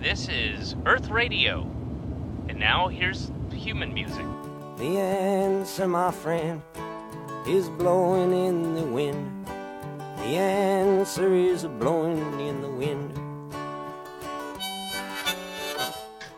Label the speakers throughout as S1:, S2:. S1: This is Earth Radio. And now here's human music.
S2: The answer, my friend, is blowing in the wind. The answer is blowing in the wind.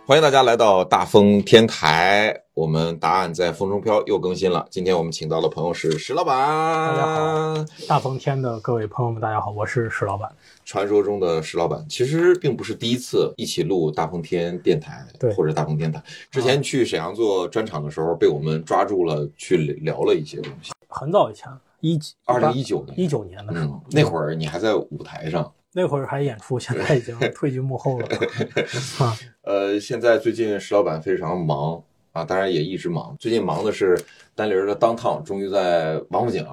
S3: 欢迎大家来到大风天台，我们答案在风中飘又更新了。今天我们请到的朋友是石老板，大
S4: 家好，大风天的各位朋友们，大家好，我是石老板。
S3: 传说中的石老板，其实并不是第一次一起录大风天电台，
S4: 对
S3: 或者大风天台。之前去沈阳做专场的时候，被我们抓住了，去聊了一些东西。
S4: 很早以前，一几
S3: 二零一九年，
S4: 一九年的时候
S3: 嗯，，那会儿你还在舞台上，
S4: 那会儿还演出，现在已经退居幕 后了啊。
S3: 呃，现在最近石老板非常忙啊，当然也一直忙。最近忙的是丹林儿的当趟，终于在王府井，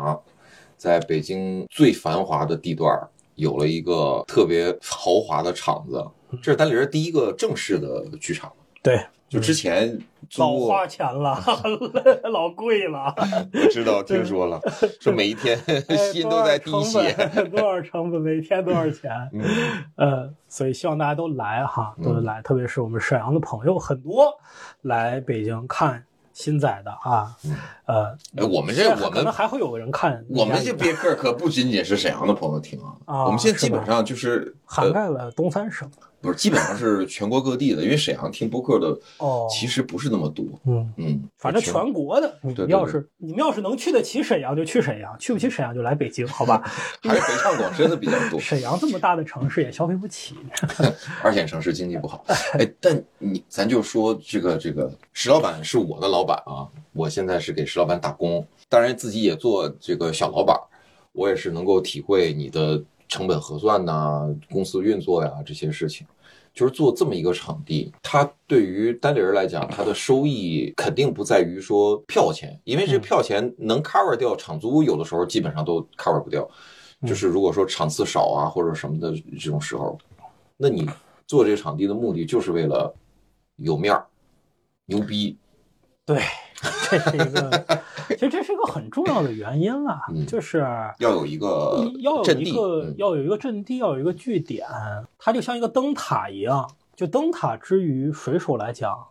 S3: 在北京最繁华的地段儿有了一个特别豪华的场子，这是丹林儿第一个正式的剧场。
S4: 对，
S3: 就之前租
S4: 嗯老
S3: 过
S4: 花，钱了， 老贵了，
S3: 我知道听说了，说每一天 心都在滴血。
S4: 哎，多少成本多少成本，每天多少钱？
S3: 嗯，
S4: 呃，所以希望大家都来哈，都
S3: 嗯
S4: 来，特别是我们沈阳的朋友很多来北京看新仔的啊，呃，
S3: 哎我们这
S4: 现在
S3: 我们
S4: 可能还会有人看
S3: 我们这
S4: 家里
S3: 别克可不仅仅是沈阳的朋友听啊，
S4: 啊
S3: 我们现在基
S4: 是吧
S3: 本上就是呃
S4: 涵盖了东三省
S3: 不是，基本上是全国各地的，因为沈阳听播客的
S4: 哦
S3: 其实不是那么多，
S4: 嗯。
S3: 嗯，
S4: 反正
S3: 全
S4: 全国的，你
S3: 对对
S4: 要是你们要是能去得起沈阳就去沈阳，去不起沈阳就来北京，好吧？，
S3: 还是北上广深的比较多
S4: 沈阳这么大的城市也消费不起，
S3: 二线城市经济不好。哎，但你咱就说这个这个石老板是我的老板啊，我现在是给石老板打工，当然自己也做这个小老板，我也是能够体会你的成本核算呐、公司运作呀这些事情。就是做这么一个场地，它对于单立人来讲，它的收益肯定不在于说票钱，因为这
S4: 嗯
S3: 票钱能 cover 掉场租，有的时候基本上都 cover 不掉。就是如果说场次少啊或者什么的这种时候，那你做这个场地的目的就是为了有面儿、牛逼，
S4: 对， 这是一个，其实这是一个很重要的原因啦
S3: 嗯，
S4: 就是
S3: 要有一个
S4: 要有
S3: 阵
S4: 一
S3: 地。
S4: 个
S3: 嗯
S4: 要有一个阵地，要有一个据点，它就像一个灯塔一样。就灯塔之于水手来讲，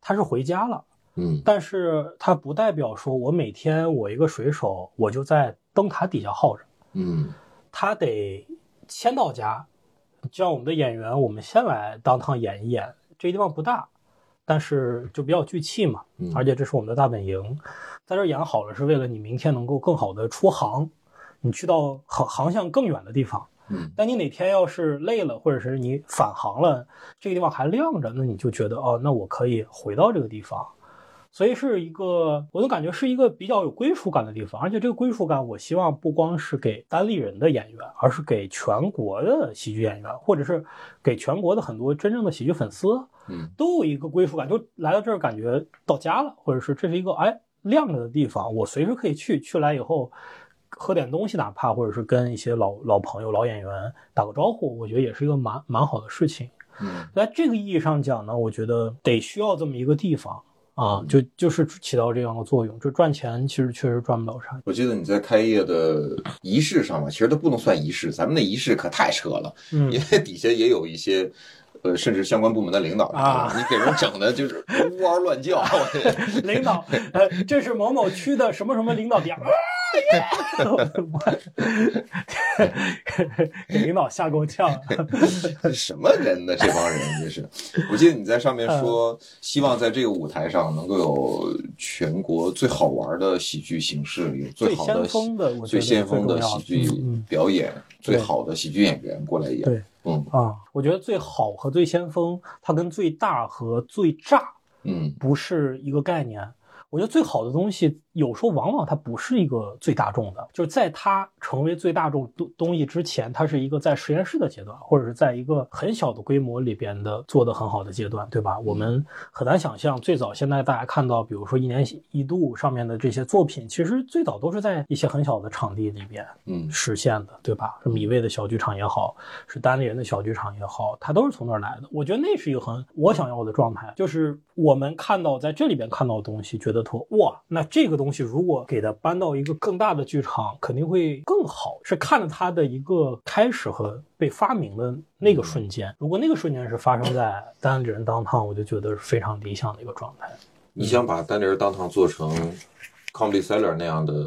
S4: 它是回家了，
S3: 嗯
S4: 但是它不代表说我每天我一个水手我就在灯塔底下耗着，
S3: 嗯
S4: 他得先到家。就像我们的演员，我们先来当趟演一演，这地方不大，但是就比较聚气嘛。
S3: 嗯
S4: 而且这是我们的大本营，在这儿演好了是为了你明天能够更好的出航，你去到航航向更远的地方。
S3: 嗯
S4: 但你哪天要是累了，或者是你返航了，这个地方还亮着，那你就觉得哦，那我可以回到这个地方。所以是一个，我总感觉是一个比较有归属感的地方，而且这个归属感，我希望不光是给单立人的演员，而是给全国的喜剧演员，或者是给全国的很多真正的喜剧粉丝，
S3: 嗯
S4: 都有一个归属感，就来到这儿感觉到家了，或者是这是一个哎亮着的地方，我随时可以去，去来以后喝点东西，哪怕或者是跟一些老老朋友、老演员打个招呼，我觉得也是一个蛮蛮好的事情。
S3: 嗯
S4: 在这个意义上讲呢，我觉得得需要这么一个地方啊，就就是起到这样的作用。就赚钱其实确实赚不了啥，
S3: 我记得你在开业的仪式上吧，其实都不能算仪式，咱们那仪式可太扯了，
S4: 嗯
S3: 因为底下也有一些。呃，甚至相关部门的领导啥的
S4: 啊
S3: 你给人整的就是 呜嗷乱叫，
S4: 领导，呃，这是某某区的什么什么领导点，啊耶！给 领导吓够呛。
S3: 什么人呢？这帮人真是。我记得你在上
S4: 嗯
S3: 面说，希望在这个舞台上能够有全国最好玩的喜剧形式，有最好的
S4: 最先锋的我觉得
S3: 最先锋的
S4: 最重
S3: 喜
S4: 要的
S3: 剧
S4: 嗯嗯
S3: 表演，
S4: 对
S3: 最好的喜剧演员过来演。
S4: 对
S3: 嗯
S4: 啊，我觉得最好和最先锋，它跟最大和最炸
S3: 嗯
S4: 不是一个概念。我觉得最好的东西，有时候往往它不是一个最大众的，就是在它成为最大众东东西之前，它是一个在实验室的阶段，或者是在一个很小的规模里边的做得很好的阶段，对吧？我们很难想象，最早现在大家看到，比如说一年一度上面的这些作品，其实最早都是在一些很小的场地里边，
S3: 嗯
S4: 实现的，对吧？是米未的小剧场也好，是单立人的小剧场也好，它都是从那儿来的。我觉得那是一个很我想要的状态，就是我们看到在这里边看到的东西，觉得说哇，那这个东西如果给它搬到一个更大的剧场，肯定会更好。是看着它的一个开始和被发明的那个瞬间，如果那个瞬间是发生在单立人当趟，我就觉得是非常理想的一个状态。
S3: 你想把单立人当堂做成 Comedy Cellar 那样的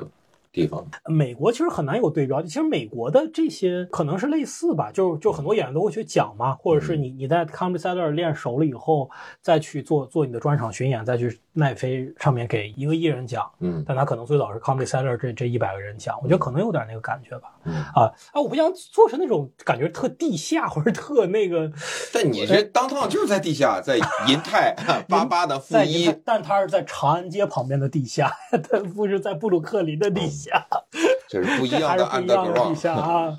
S3: 地方，
S4: 美国其实很难有对标，其实美国的这些可能是类似吧，就就很多演员都会去讲嘛，或
S3: 嗯
S4: 者是你你在 Comedy Cellar 练熟了以后，再去做做你的专场巡演，再去奈飞上面给一个艺人讲，
S3: 嗯
S4: 但他可能最早是 Comedy Cellar 这这一百个人讲，我觉得可能有点那个感觉吧，
S3: 嗯
S4: 啊啊，我不想做成那种感觉特地下或者特那个，
S3: 但你这当趟就是在地下，在银泰 八八的负
S4: 在
S3: 一
S4: 一个，但他是在长安街旁边的地下， 他不是在布鲁克林的地下，
S3: 这是不一
S4: 这
S3: 样
S4: 还是
S3: 的
S4: 不一样的地
S3: underground。
S4: 下啊，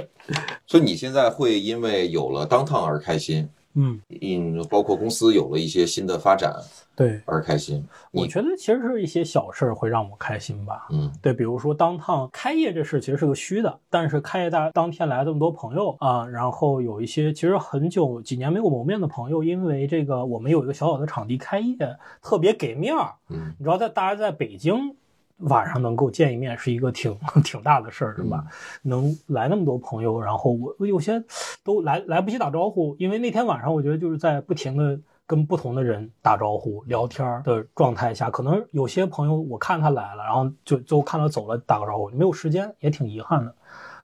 S3: 所以你现在会因为有了当趟而开心，
S4: 嗯，
S3: 嗯，包括公司有了一些新的发展
S4: 对。
S3: 而开心。
S4: 我
S3: 你
S4: 觉得其实是一些小事儿会让我开心吧。
S3: 嗯，
S4: 对，比如说当趟开业这事其实是个虚的，但是开业大当天来了这么多朋友啊，然后有一些其实很久几年没有谋面的朋友，因为这个我们有一个小小的场地开业，特别给面儿。
S3: 嗯，
S4: 你知道在大家在北京。晚上能够见一面是一个挺 挺大的事儿，是吧？能来那么多朋友，然后我我有些都来来不及打招呼，因为那天晚上我觉得就是在不停的跟不同的人打招呼、聊天儿的状态下，可能有些朋友我看他来了，然后就最后看他走了打个招呼，没有时间也挺遗憾的，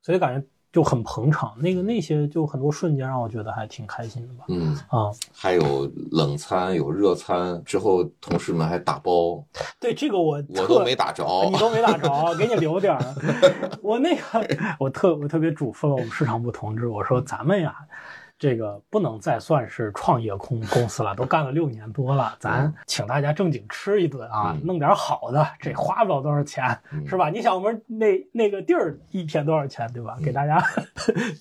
S4: 所以感觉就很捧场。那个那些就很多瞬间让我觉得还挺开心的吧。
S3: 嗯，
S4: 啊、
S3: 还有冷餐，有热餐，之后同事们还打包，
S4: 对这个我
S3: 我
S4: 特哎
S3: 都没打着。
S4: 你都没打着，给你留点儿。 我那个，我特我特别嘱咐了我们市场部同志，我说咱们呀，这个不能再算是创业 公公司了，都干了六年多了，咱请大家正经吃一顿啊
S3: 嗯，
S4: 弄点好的，这花不了多少钱，
S3: 嗯
S4: 是吧？你想我们那那个地儿一天多少钱，对
S3: 嗯
S4: 吧？给大家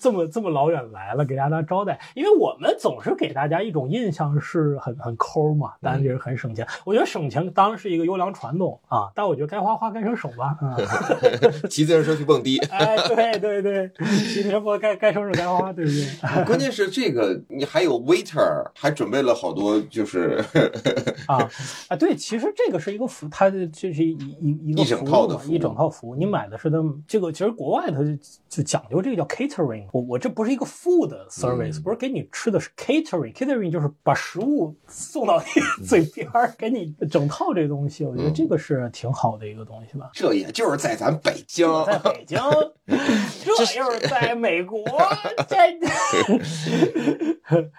S4: 这么这么老远来了，给大家招待，因为我们总是给大家一种印象是很很抠嘛，
S3: 嗯
S4: 当然这是很省钱。我觉得省钱当然是一个优良传统啊，但我觉得该花花该省省吧， 啊。
S3: 骑自行车去蹦迪。
S4: 哎，对对对，骑车不该该收拾该花，对不对？
S3: 关键是这个，你还有 waiter，还准备了好多，就是
S4: 啊啊，对，其实这个是一个服，它就是一一一个
S3: 一整
S4: 服务
S3: 套的
S4: 嘛
S3: 服务
S4: 一整套服务。你买的是他们这个，其实国外它就就讲究这个叫 catering。我我这不是一个 food service，、
S3: 嗯
S4: 不是给你吃的是 catering。catering 就是把食物送到你嘴边儿，给你整套这东西。我觉得
S3: 嗯。
S4: 这个是挺好的一个东西吧
S3: 这也就是在咱北 京，
S4: 在 北京，这又是在美国， 这。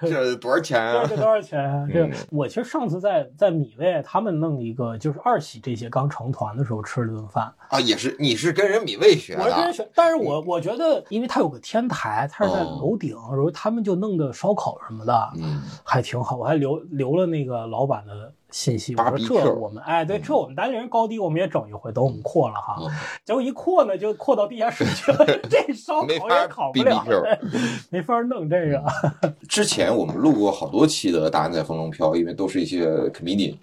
S3: 这多少钱
S4: 这
S3: 啊？
S4: 这多少钱啊？这个
S3: 嗯
S4: 我其实上次在在米味他们弄一个，就是二喜这些刚成团的时候吃了顿饭，
S3: 啊，也是，你是跟人米未学
S4: 我是真
S3: 的，
S4: 选，但是我我觉得，因为它有个天台，它是在
S3: 哦
S4: 楼顶，然后他们就弄的烧烤什么的，
S3: 嗯，
S4: 还挺好。我还留留了那个老板的信息，我说
S3: Barbecue
S4: 这我们哎，对，这我们单立人高低我们也整一回，等我们扩了哈
S3: 嗯。
S4: 结果一扩呢，就扩到地下室 去了，这烧
S3: 没
S4: 烤
S3: 法
S4: 也烤不了
S3: BBQ，
S4: 没法弄这个。
S3: 之前我们录过好多期的《答案在风中飘》，因为都是一些 comedian，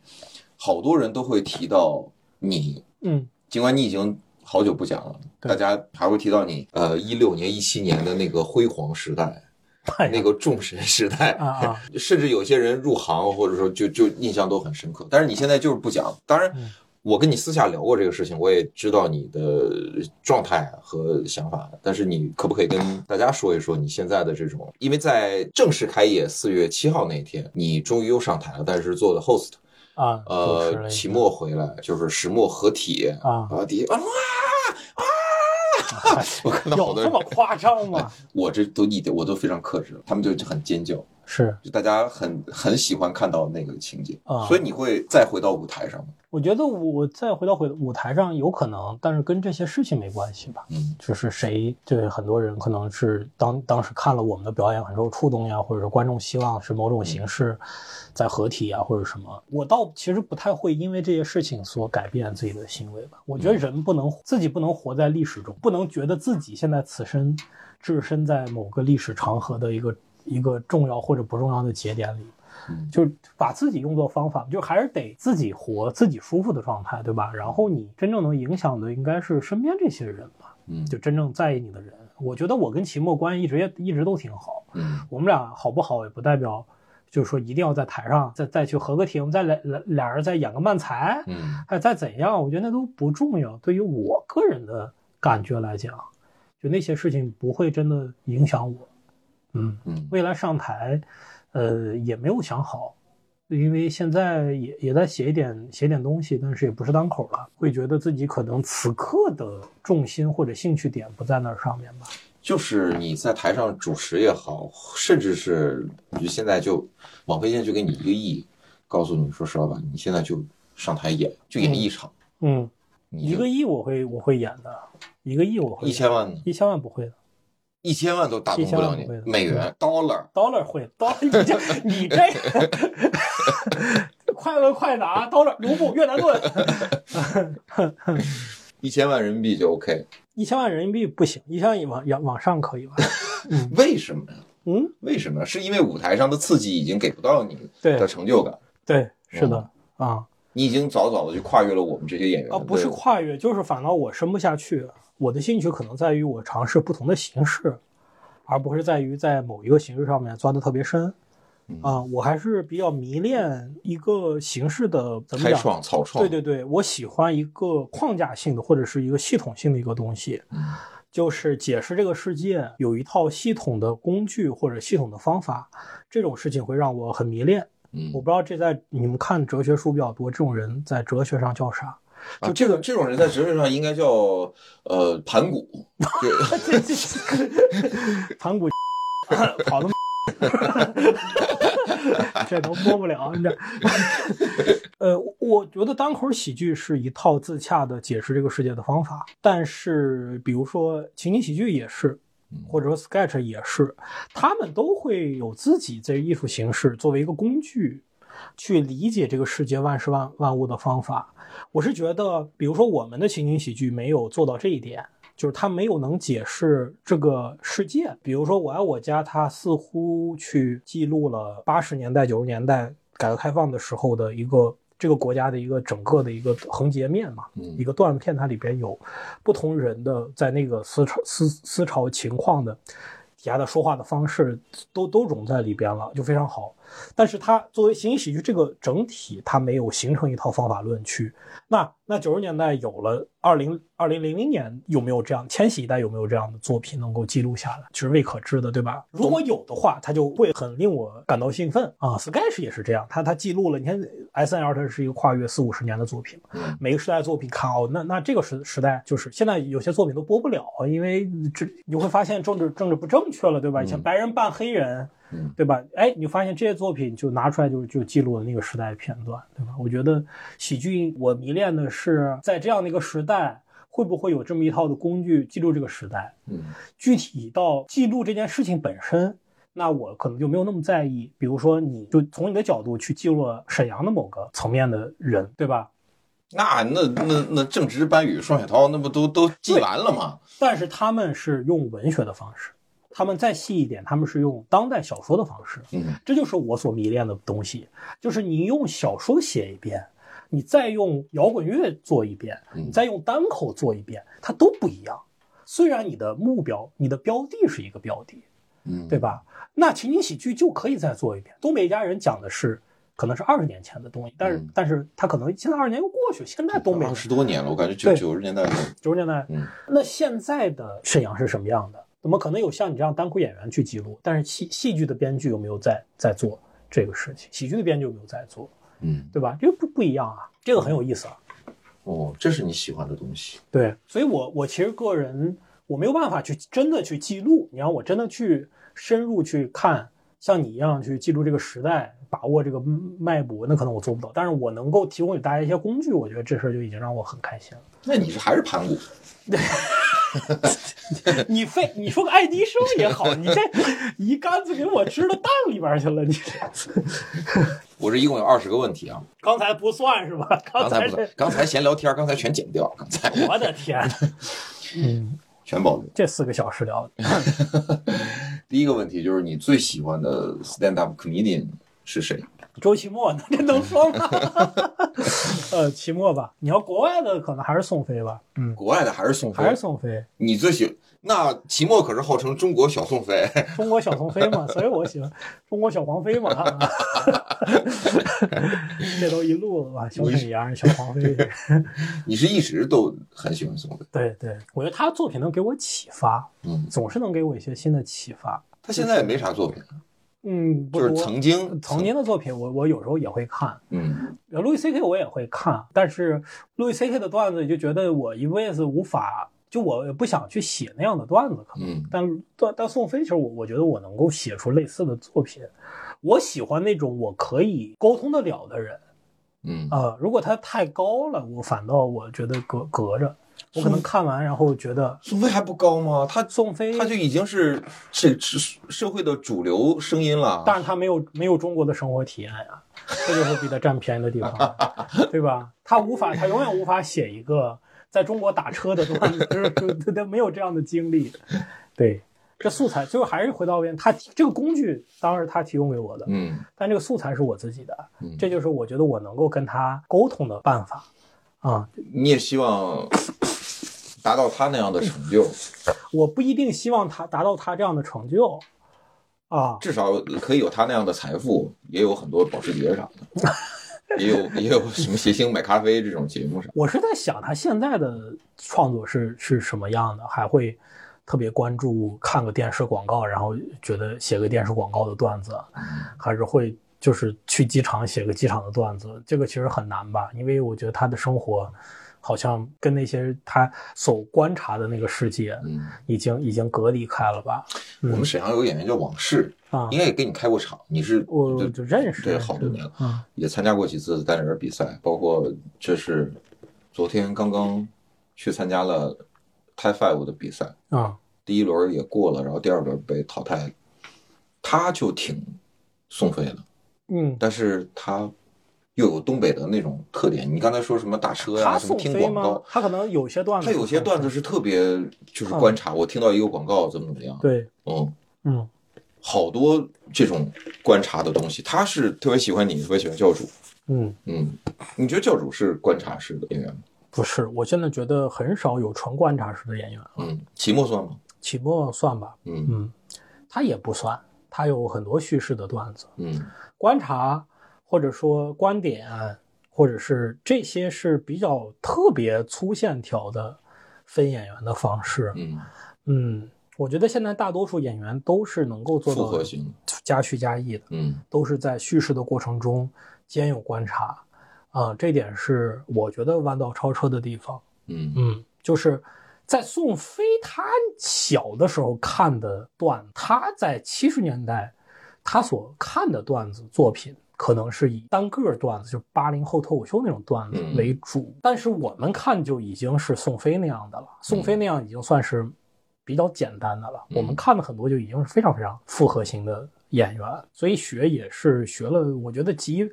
S3: 好多人都会提到你，
S4: 嗯，
S3: 尽管你已经好久不讲了，
S4: 对
S3: 大家还会提到你，呃，一六年、一七年的那个辉煌时代，
S4: 哎 呀
S3: 那个众神时代
S4: 啊啊，
S3: 甚至有些人入行或者说就就印象都很深刻。但是你现在就是不讲，当然
S4: 嗯。
S3: 我跟你私下聊过这个事情，我也知道你的状态和想法，但是你可不可以跟大家说一说你现在的这种？因为在正式开业四月七号那一天，你终于又上台了，但是做的 host，
S4: 啊，主持了
S3: 呃，
S4: 一
S3: 期
S4: 个
S3: 末回来就是石墨合体
S4: 啊
S3: 啊，底啊， 我看到好多
S4: 有这
S3: 人
S4: 么，夸张吗？
S3: 我这都一点我都非常克制，他们就很尖叫，
S4: 是，
S3: 就大家很很喜欢看到那个情节
S4: 啊，
S3: 所以你会再回到舞台上吗？
S4: 我觉得我再回到回舞台上有可能，但是跟这些事情没关系吧。
S3: 嗯
S4: 就是谁，就是很多人可能是当当时看了我们的表演很受触动呀，或者是观众希望是某种形式在合体呀，或者什么。我倒其实不太会因为这些事情所改变自己的行为吧。我觉得人不能自己不能活在历史中，不能觉得自己现在此身置身在某个历史长河的一个一个重要或者不重要的节点里。
S3: 嗯
S4: 就是把自己用作方法，就还是得自己活、自己舒服的状态，对吧？然后你真正能影响的应该是身边这些人吧，
S3: 嗯
S4: 就真正在意你的人。我觉得我跟齐墨关系一直也一直都挺好，
S3: 嗯
S4: 我们俩好不好也不代表，就是说一定要在台上再再去合个庭，再来来俩人再演个慢才，
S3: 嗯
S4: 哎，再怎样，我觉得那都不重要。对于我个人的感觉来讲，就那些事情不会真的影响我。嗯，
S3: 嗯
S4: 未来上台，呃，也没有想好，因为现在也也在写一点写一点东西，但是也不是当口了，会觉得自己可能此刻的重心或者兴趣点不在那上面吧。
S3: 就是你在台上主持也好，甚至是你现在就网飞现在就给你一个亿，告诉你说石老板，你现在就上台演，就演一场，
S4: 嗯，
S3: 你
S4: 一
S3: 就
S4: 个亿我会我会演的，一个亿我会
S3: 一
S4: 演
S3: 千万呢，
S4: 一千万不会的。
S3: 一千万都打动不了你
S4: 一千万不会的嗯
S3: 美元 dollar。
S4: dollar 会 dollar，你这你这， 快问快答 dollar 卢布越南盾，
S3: 一千万人民币就 OK，
S4: 一千万人民币不行，一千万以往往往上可以吧？
S3: 为什么呀？
S4: 嗯，
S3: 为什么？是因为舞台上的刺激已经给不到你
S4: 对
S3: 的成就感，
S4: 对，是的啊
S3: 你已经早早的就跨越了我们这些演员
S4: 啊，
S3: 的
S4: 不是
S3: 队伍
S4: 跨越，就是反倒我深不下去。我的兴趣可能在于我尝试不同的形式，而不是在于在某一个形式上面钻得特别深。
S3: 嗯
S4: 啊，我还是比较迷恋一个形式的怎么
S3: 开
S4: 讲？
S3: 创、草创，
S4: 对对对，我喜欢一个框架性的或者是一个系统性的一个东西，
S3: 嗯
S4: 就是解释这个世界有一套系统的工具或者系统的方法，这种事情会让我很迷恋。
S3: 嗯
S4: 我不知道这在你们看哲学书比较多，这种人在哲学上叫啥？
S3: 啊，这个这种人在职位上应该叫呃盘古， 对，
S4: 这这这 盘古跑的， 这都播不了。这，呃，我觉得单口喜剧是一套自洽的解释这个世界的方法，但是比如说情景喜剧也是。或者说 sketch 也是，他们都会有自己这艺术形式作为一个工具，去理解这个世界万事万万物的方法。我是觉得，比如说我们的情景喜剧没有做到这一点，就是他没有能解释这个世界。比如说《我爱我家》，它似乎去记录了八十年代、九十年代改革开放的时候的一个这个国家的一个整个的一个横截面嘛，
S3: 嗯
S4: 一个断片，它里边有不同人的在那个思潮思思潮情况的。底下的说话的方式都都融在里边了，就非常好。但是它作为情景喜剧这个整体，它没有形成一套方法论去那那九十年代有了，二零二零零零年有没有这样？千禧一代有没有这样的作品能够记录下来？其实未可知的，对吧？如果有的话，它就会很令我感到兴奋啊。Sketch 也是这样，它它记录了，你看 S N L 它是一个跨越四五十年的作品，
S3: 嗯
S4: 每个时代的作品看哦，那那这个时时代就是现在有些作品都播不了，因为这你会发现政治政治不正确了，对吧？以前白人扮黑人，
S3: 嗯
S4: 对吧？哎，你发现这些作品就拿出来就就记录了那个时代的片段，对吧？我觉得喜剧我迷恋的是在这样的一个时代，会不会有这么一套的工具记录这个时代？
S3: 嗯
S4: 具体到记录这件事情本身，那我可能就没有那么在意。比如说，你就从你的角度去记录了沈阳的某个层面的人，对吧？
S3: 那那那那正值班宇、双雪涛，那不都都记完了吗？
S4: 但是他们是用文学的方式，他们再细一点，他们是用当代小说的方式。
S3: 嗯，
S4: 这就是我所迷恋的东西，就是你用小说写一遍，你再用摇滚乐做一遍，
S3: 嗯
S4: 你再用单口做一遍，它都不一样。虽然你的目标、你的标的是一个标的，
S3: 嗯
S4: 对吧？那情景喜剧就可以再做一遍。东北一家人讲的是。可能是二十年前的东西，但是、
S3: 嗯
S4: 但是他可能现在二十年又过去，现在东北
S3: 二
S4: 人
S3: 十多年了，我感觉九
S4: 对
S3: 九十年代
S4: 九十年代，
S3: 嗯
S4: 那现在的沈阳是什么样的？怎么可能有像你这样单口演员去记录？但是戏戏剧的编剧有没有在在做这个事情？喜剧的编剧有没有在做？
S3: 嗯
S4: 对吧？这个不不一样啊，这个很有意思啊。
S3: 哦，这是你喜欢的东西，
S4: 对，所以我我其实个人我没有办法去真的去记录，你让我真的去深入去看，像你一样去记住这个时代，把握这个脉搏，那可能我做不到。但是我能够提供给大家一些工具，我觉得这事儿就已经让我很开心了。
S3: 那你是还是盘古？
S4: 你非你说个爱迪生也好，你这一竿子给我支到裆里边去了，你这
S3: 我这一共有二十个问题啊，
S4: 刚才不算是吧？
S3: 刚
S4: 刚
S3: 才
S4: 才
S3: 不算
S4: 哦是，
S3: 刚才闲聊天，刚才全剪掉，刚才
S4: 我的天，嗯，
S3: 全保留。
S4: 这四个小时聊的，
S3: 第一个问题就是你最喜欢的 stand up comedian 是谁？
S4: 周奇墨呢？这能说吗？ 呃，奇墨吧。你要国外的，可能还是宋飞吧。嗯，
S3: 国外的还是宋
S4: 还
S3: 飞
S4: 是？宋飞，
S3: 你最喜那齐墨可是号称中国小宋飞，
S4: 中国小宋飞嘛，所以我喜欢中国小黄飞嘛。 啊这都一路了吧，小沈阳、小黄飞。
S3: 你是一直都很喜欢宋飞。
S4: 对对，我觉得他作品能给我启发，
S3: 嗯，
S4: 总是能给我一些新的启发。
S3: 他现在也没啥作品，
S4: 嗯，不
S3: 就是
S4: 多
S3: 曾经
S4: 曾经的作品我，我有时候也会看，
S3: 嗯
S4: 呃路易 C K 我也会看，但是路易 C K 的段子，就觉得我一辈子无法，就我不想去写那样的段子，可能。
S3: 嗯
S4: 但但但宋飞，其实我我觉得我能够写出类似的作品。我喜欢那种我可以沟通得了的人
S3: 嗯，
S4: 啊、呃如果他太高了，我反倒我觉得隔隔着。我可能看完，然后觉得
S3: 宋飞还不高吗？他
S4: 宋飞，
S3: 他就已经是这社社会的主流声音了。
S4: 但是他没有没有中国的生活体验啊，这就是比他占便宜的地方，对吧？他无法，他永远无法写一个在中国打车的段子，就是他他没有这样的经历。对，这素材最后还是回到边，他提这个工具当然是他提供给我的，
S3: 嗯
S4: 但这个素材是我自己的，
S3: 嗯，
S4: 这就是我觉得我能够跟他沟通的办法。啊、
S3: 你也希望达到他那样的成就，
S4: 我不一定希望他达到他这样的成就，啊，
S3: 至少可以有他那样的财富，也有很多保时捷啥的，也 有也有什么谐星买咖啡这种节目啥。
S4: 我是在想他现在的创作是是什么样的，还会特别关注看个电视广告，然后觉得写个电视广告的段子，
S3: 嗯
S4: 还是会就是去机场写个机场的段子，这个其实很难吧，因为我觉得他的生活好像跟那些他所观察的那个世界
S3: 嗯，
S4: 已经已经隔离开了吧？嗯
S3: 我们沈阳有个演员叫往事，
S4: 啊
S3: 应，该也跟你开过场，你是
S4: 我
S3: 对
S4: 就认识
S3: 对好多年了，
S4: 啊，
S3: 也参加过几次单人比赛，包括这是昨天刚刚去参加了 t i Five 的比赛，
S4: 啊
S3: 第一轮也过了，然后第二轮被淘汰，他就挺宋飞的，
S4: 嗯，
S3: 但是他又有东北的那种特点。你刚才说什么打车呀、
S4: 他
S3: 啊什么
S4: 宋
S3: 听
S4: 飞
S3: 广
S4: 吗
S3: 告？，
S4: 他可能有些段子，
S3: 他有些段子是特别就是观察，我听到一个广告怎么怎么样，
S4: 对，
S3: 嗯，
S4: 嗯
S3: 好多这种观察的东西。他是特别喜欢你，特别喜欢教主，
S4: 嗯。
S3: 嗯，你觉得教主是观察式的演员吗？
S4: 不是，我现在觉得很少有纯观察式的演员，
S3: 嗯，齐墨算吗？
S4: 启墨算吧，
S3: 嗯
S4: 嗯，他也不算，他有很多叙事的段子，
S3: 嗯
S4: 观察或者说观点，或者是这些是比较特别粗线条的分演员的方式，
S3: 嗯，
S4: 嗯，我觉得现在大多数演员都是能够做
S3: 复合
S4: 到
S3: 型，
S4: 加叙加意的，
S3: 嗯
S4: 都是在叙事的过程中兼有观察，啊、这点是我觉得弯道超车的地方。
S3: 嗯
S4: 嗯，就是在宋飞他小的时候看的段子，他在七十年代他所看的段子作品，可能是以单个儿段子，就八零后脱口秀那种段子
S3: 嗯
S4: 为主。但是我们看就已经是宋飞那样的了，宋飞那样已经算是比较简单的了。
S3: 嗯
S4: 我们看的很多就已经是非常非常复合型的演员，所以学也是学了，我觉得集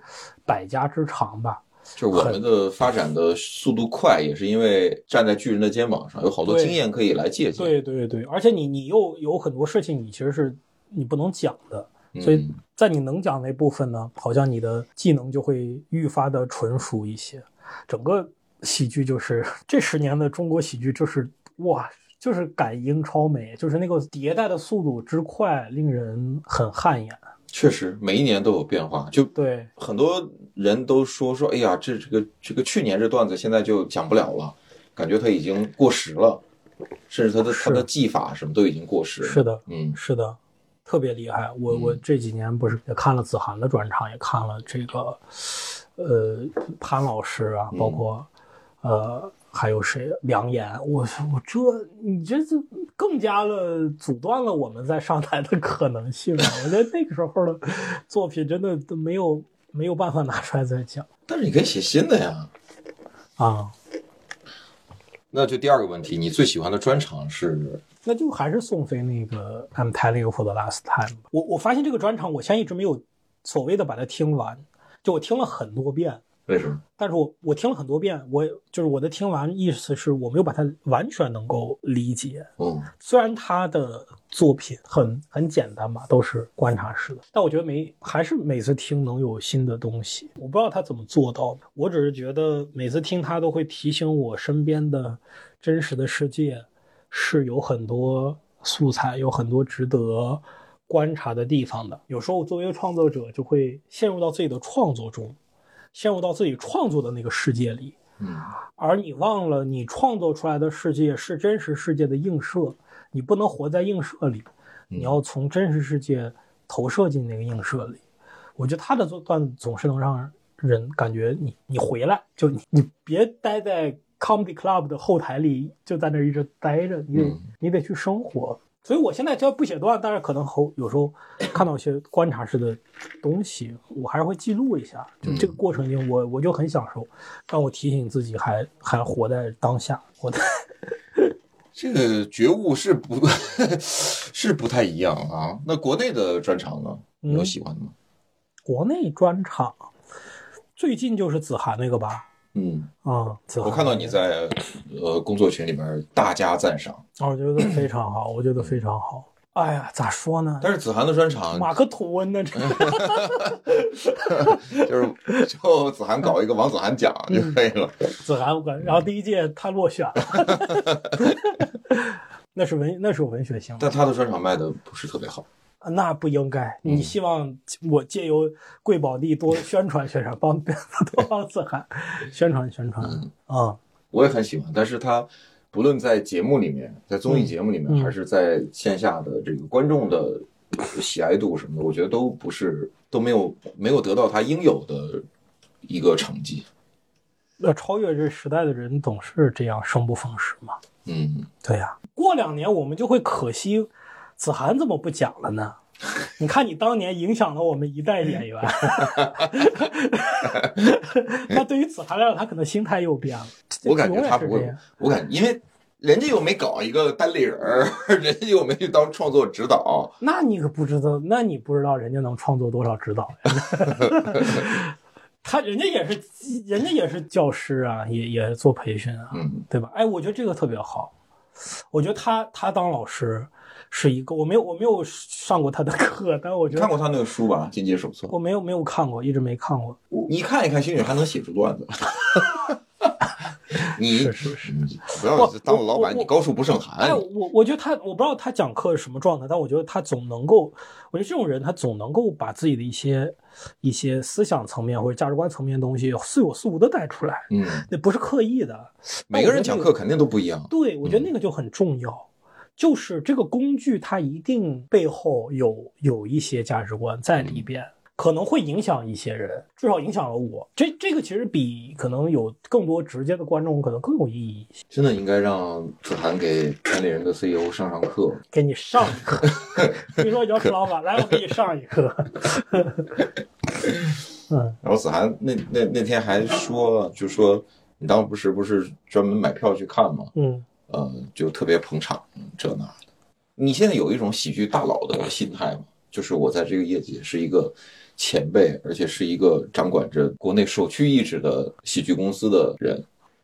S4: 百家之长吧。
S3: 就是我们的发展的速度快，也是因为站在巨人的肩膀上，有好多
S4: 对
S3: 经验可以来借鉴。
S4: 对对对，而且你你又有很多事情，你其实是你不能讲的，
S3: 嗯，
S4: 所以在你能讲那部分呢，好像你的技能就会愈发的纯熟一些。整个喜剧就是这十年的中国喜剧，就是哇，就是赶英超美，就是那个迭代的速度之快，令人很汗颜。
S3: 确实每一年都有变化，就
S4: 对，
S3: 很多人都说说，哎呀，这这个这个去年这段子现在就讲不了了，感觉它已经过时了，甚至它的
S4: 是
S3: 它的技法什么都已经过时了。
S4: 是的，
S3: 嗯
S4: 是的，特别厉害。我我这几年不是也看了子涵的专场，也看了这个，呃，潘老师啊，包括、呃还有谁梁岩，我我这你这是更加的阻断了我们在上台的可能性啊！我觉得那个时候的作品真的都没有没有办法拿出来再讲
S3: 但是你可以写新的呀。
S4: 啊。
S3: 那就第二个问题，你最喜欢的专场是？
S4: 那就还是宋飞那个《I'm Telling You for the Last Time》吧。我我发现这个专场，我现在一直没有所谓的把它听完，就我听了很多遍，
S3: 为什么？
S4: 但是我我听了很多遍，我就是我的听完意思是我没有把它完全能够理解。
S3: 嗯
S4: 虽然他的作品很很简单吧，都是观察式的，但我觉得每还是每次听能有新的东西。我不知道他怎么做到的，我只是觉得每次听他都会提醒我身边的真实的世界是有很多素材，有很多值得观察的地方的。有时候作为一个创作者，就会陷入到自己的创作中，陷入到自己创作的那个世界里。
S3: 嗯
S4: 而你忘了，你创作出来的世界是真实世界的映射，你不能活在映射里，你要从真实世界投射进那个映射里。我觉得他的段子总是能让人感觉你你回来，就你你别待在 comedy club 的后台里，就在那儿一直待着，你得、
S3: 嗯
S4: 你得去生活。所以我现在就不写段，但是可能后有时候看到一些观察式的东西，我还是会记录一下。就这个过程中，我我就很享受，让我提醒自己还还活在当下，活在
S3: 这个觉悟是不 是不太一样啊。那国内的专场呢，你
S4: 嗯
S3: 有喜欢的吗？
S4: 国内专场。最近就是子涵那个吧，
S3: 嗯，
S4: 啊、子涵
S3: 我看到你在呃工作群里边大加赞赏，
S4: 啊，我觉得非常好，我觉得非常好。哎呀，咋说呢？
S3: 但是嗯子涵的专场
S4: 马克吐温呢？这
S3: 就是 就子涵搞一个王子涵奖就可以了。
S4: 子涵，我感觉，然后第一届他 落选了， 那是文，那是有文学性的，
S3: 但他的专场卖的不是特别好，
S4: 啊那不应该。
S3: 嗯
S4: 你希望我借由贵宝地多宣传宣传，帮多帮子涵宣传宣传
S3: 嗯
S4: 啊、
S3: 我也很喜欢，但是他不论在节目里面，在综艺节目里面，
S4: 嗯
S3: 还是在线下的这个观众的喜爱度什么的，我觉得都不是都没有没有得到他应有的一个成绩。
S4: 要超越这时代的人总是这样生不逢时嘛。
S3: 嗯，
S4: 对呀、过两年我们就会可惜，子涵怎么不讲 了呢？你看，你当年影响了我们一代演员。那对于子涵来讲，他可能心态又变了。
S3: 我感觉
S4: 永远
S3: 他
S4: 是
S3: 不
S4: 这
S3: 会
S4: 样，
S3: 我感觉因为人家又没搞一个单立人儿， 人家又没去当创作指导，
S4: 那你可不知道，那你不知道人家能创作多少指导呀？ 他人家也是，人家也是教师啊，也也是做培训啊。
S3: 嗯
S4: 对吧？哎，我觉得这个特别好。我觉得他他当老师是一个，我没有我没有上过他的 课，但我
S3: 你
S4: 觉得
S3: 看过他那个书吧，《进阶手册》
S4: 我没有没有看过，一直没看过。
S3: 你看一看，兴许还能写出段子。 你
S4: 是是是
S3: 你不要当我老
S4: 我我
S3: 板，你高处不胜
S4: 哎，
S3: 寒。
S4: 我我觉得他，我不知道他讲课是什么状态，但我觉得他总能够，我觉得这种人他总能够把自己的一些一些思想层面或者价值观层面的东西似有似无的带出来，
S3: 嗯，
S4: 那不是刻意的。
S3: 每个人讲课肯定都不一样。
S4: 对，我觉
S3: 嗯
S4: 得那个就很重要，就是这个工具它一定背后有有一些价值观在
S3: 嗯
S4: 里边。可能会影响一些人，至少影响了我。这这个其实比可能有更多直接的观众可能更有意义一些。
S3: 真的应该让子涵给单立人的 CEO 上上课。
S4: 给你上一 课，比如说姚石老板，来，我给你上一课。嗯
S3: 然后子涵那那那天还说，就说你当时不是专门买票去看吗？
S4: 嗯，
S3: 呃，就特别捧场，嗯这那的。你现在有一种喜剧大佬的心态吗？就是我在这个业界是一个前辈，而且是一个掌管着国内首屈一指的喜剧公司的人，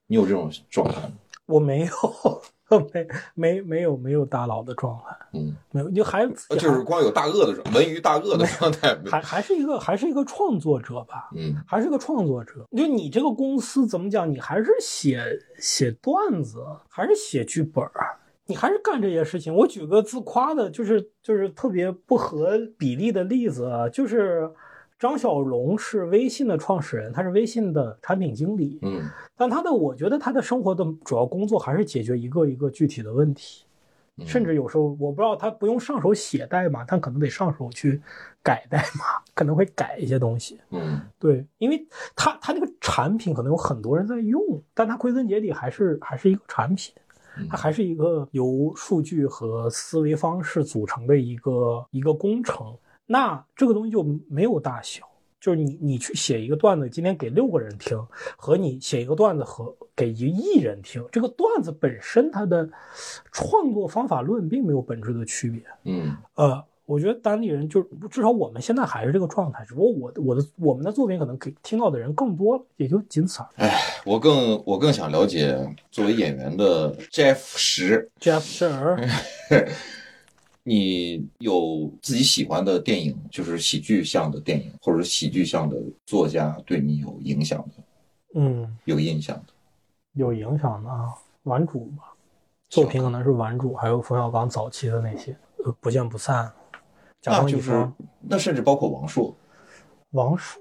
S3: 你有这种状态吗？
S4: 我没有，没没没有没有大佬的状态，
S3: 嗯，
S4: 没有，就还
S3: 呃就是光有大鳄的状，文娱大鳄的状态没有
S4: 还还是一个还是一个创作者吧。
S3: 嗯
S4: 还是个创作者。就你这个公司怎么讲，你还是写写段子，还是写剧本儿，啊你还是干这些事情。我举个自夸的，就是就是特别不合比例的例子，啊，就是张小龙是微信的创始人，他是微信的产品经理，
S3: 嗯
S4: 但他的我觉得他的生活的主要工作还是解决一个一个具体的问题。
S3: 嗯
S4: 甚至有时候我不知道他不用上手写代码，他可能得上手去改代码，可能会改一些东西。
S3: 嗯
S4: 对，因为它它那个产品可能有很多人在用，但它归根结底还是还是一个产品，
S3: 嗯
S4: 它还是一个由数据和思维方式组成的一个一个工程。那这个东西就没有大小，就是你你去写一个段子，今天给六个人听，和你写一个段子和给一亿人听，这个段子本身它的创作方法论并没有本质的区别。
S3: 嗯
S4: 呃，我觉得当地人就是至少我们现在还是这个状态，只不过我我的我们的作品可能给听到的人更多了，也就仅此而已。
S3: 我更我更想了解作为演员的 Jeff 石，
S4: Jeff s h e r
S3: 你有自己喜欢的电影，就是喜剧向的电影，或者是喜剧向的作家对你有影响的、
S4: 嗯，
S3: 有印象的？
S4: 有影响的啊，顽主吧，作品可能是顽主，还有冯小刚早期的那些，呃，不见不散，甲
S3: 那
S4: 方乙
S3: 就是
S4: 方。
S3: 那甚至包括王朔，
S4: 王朔，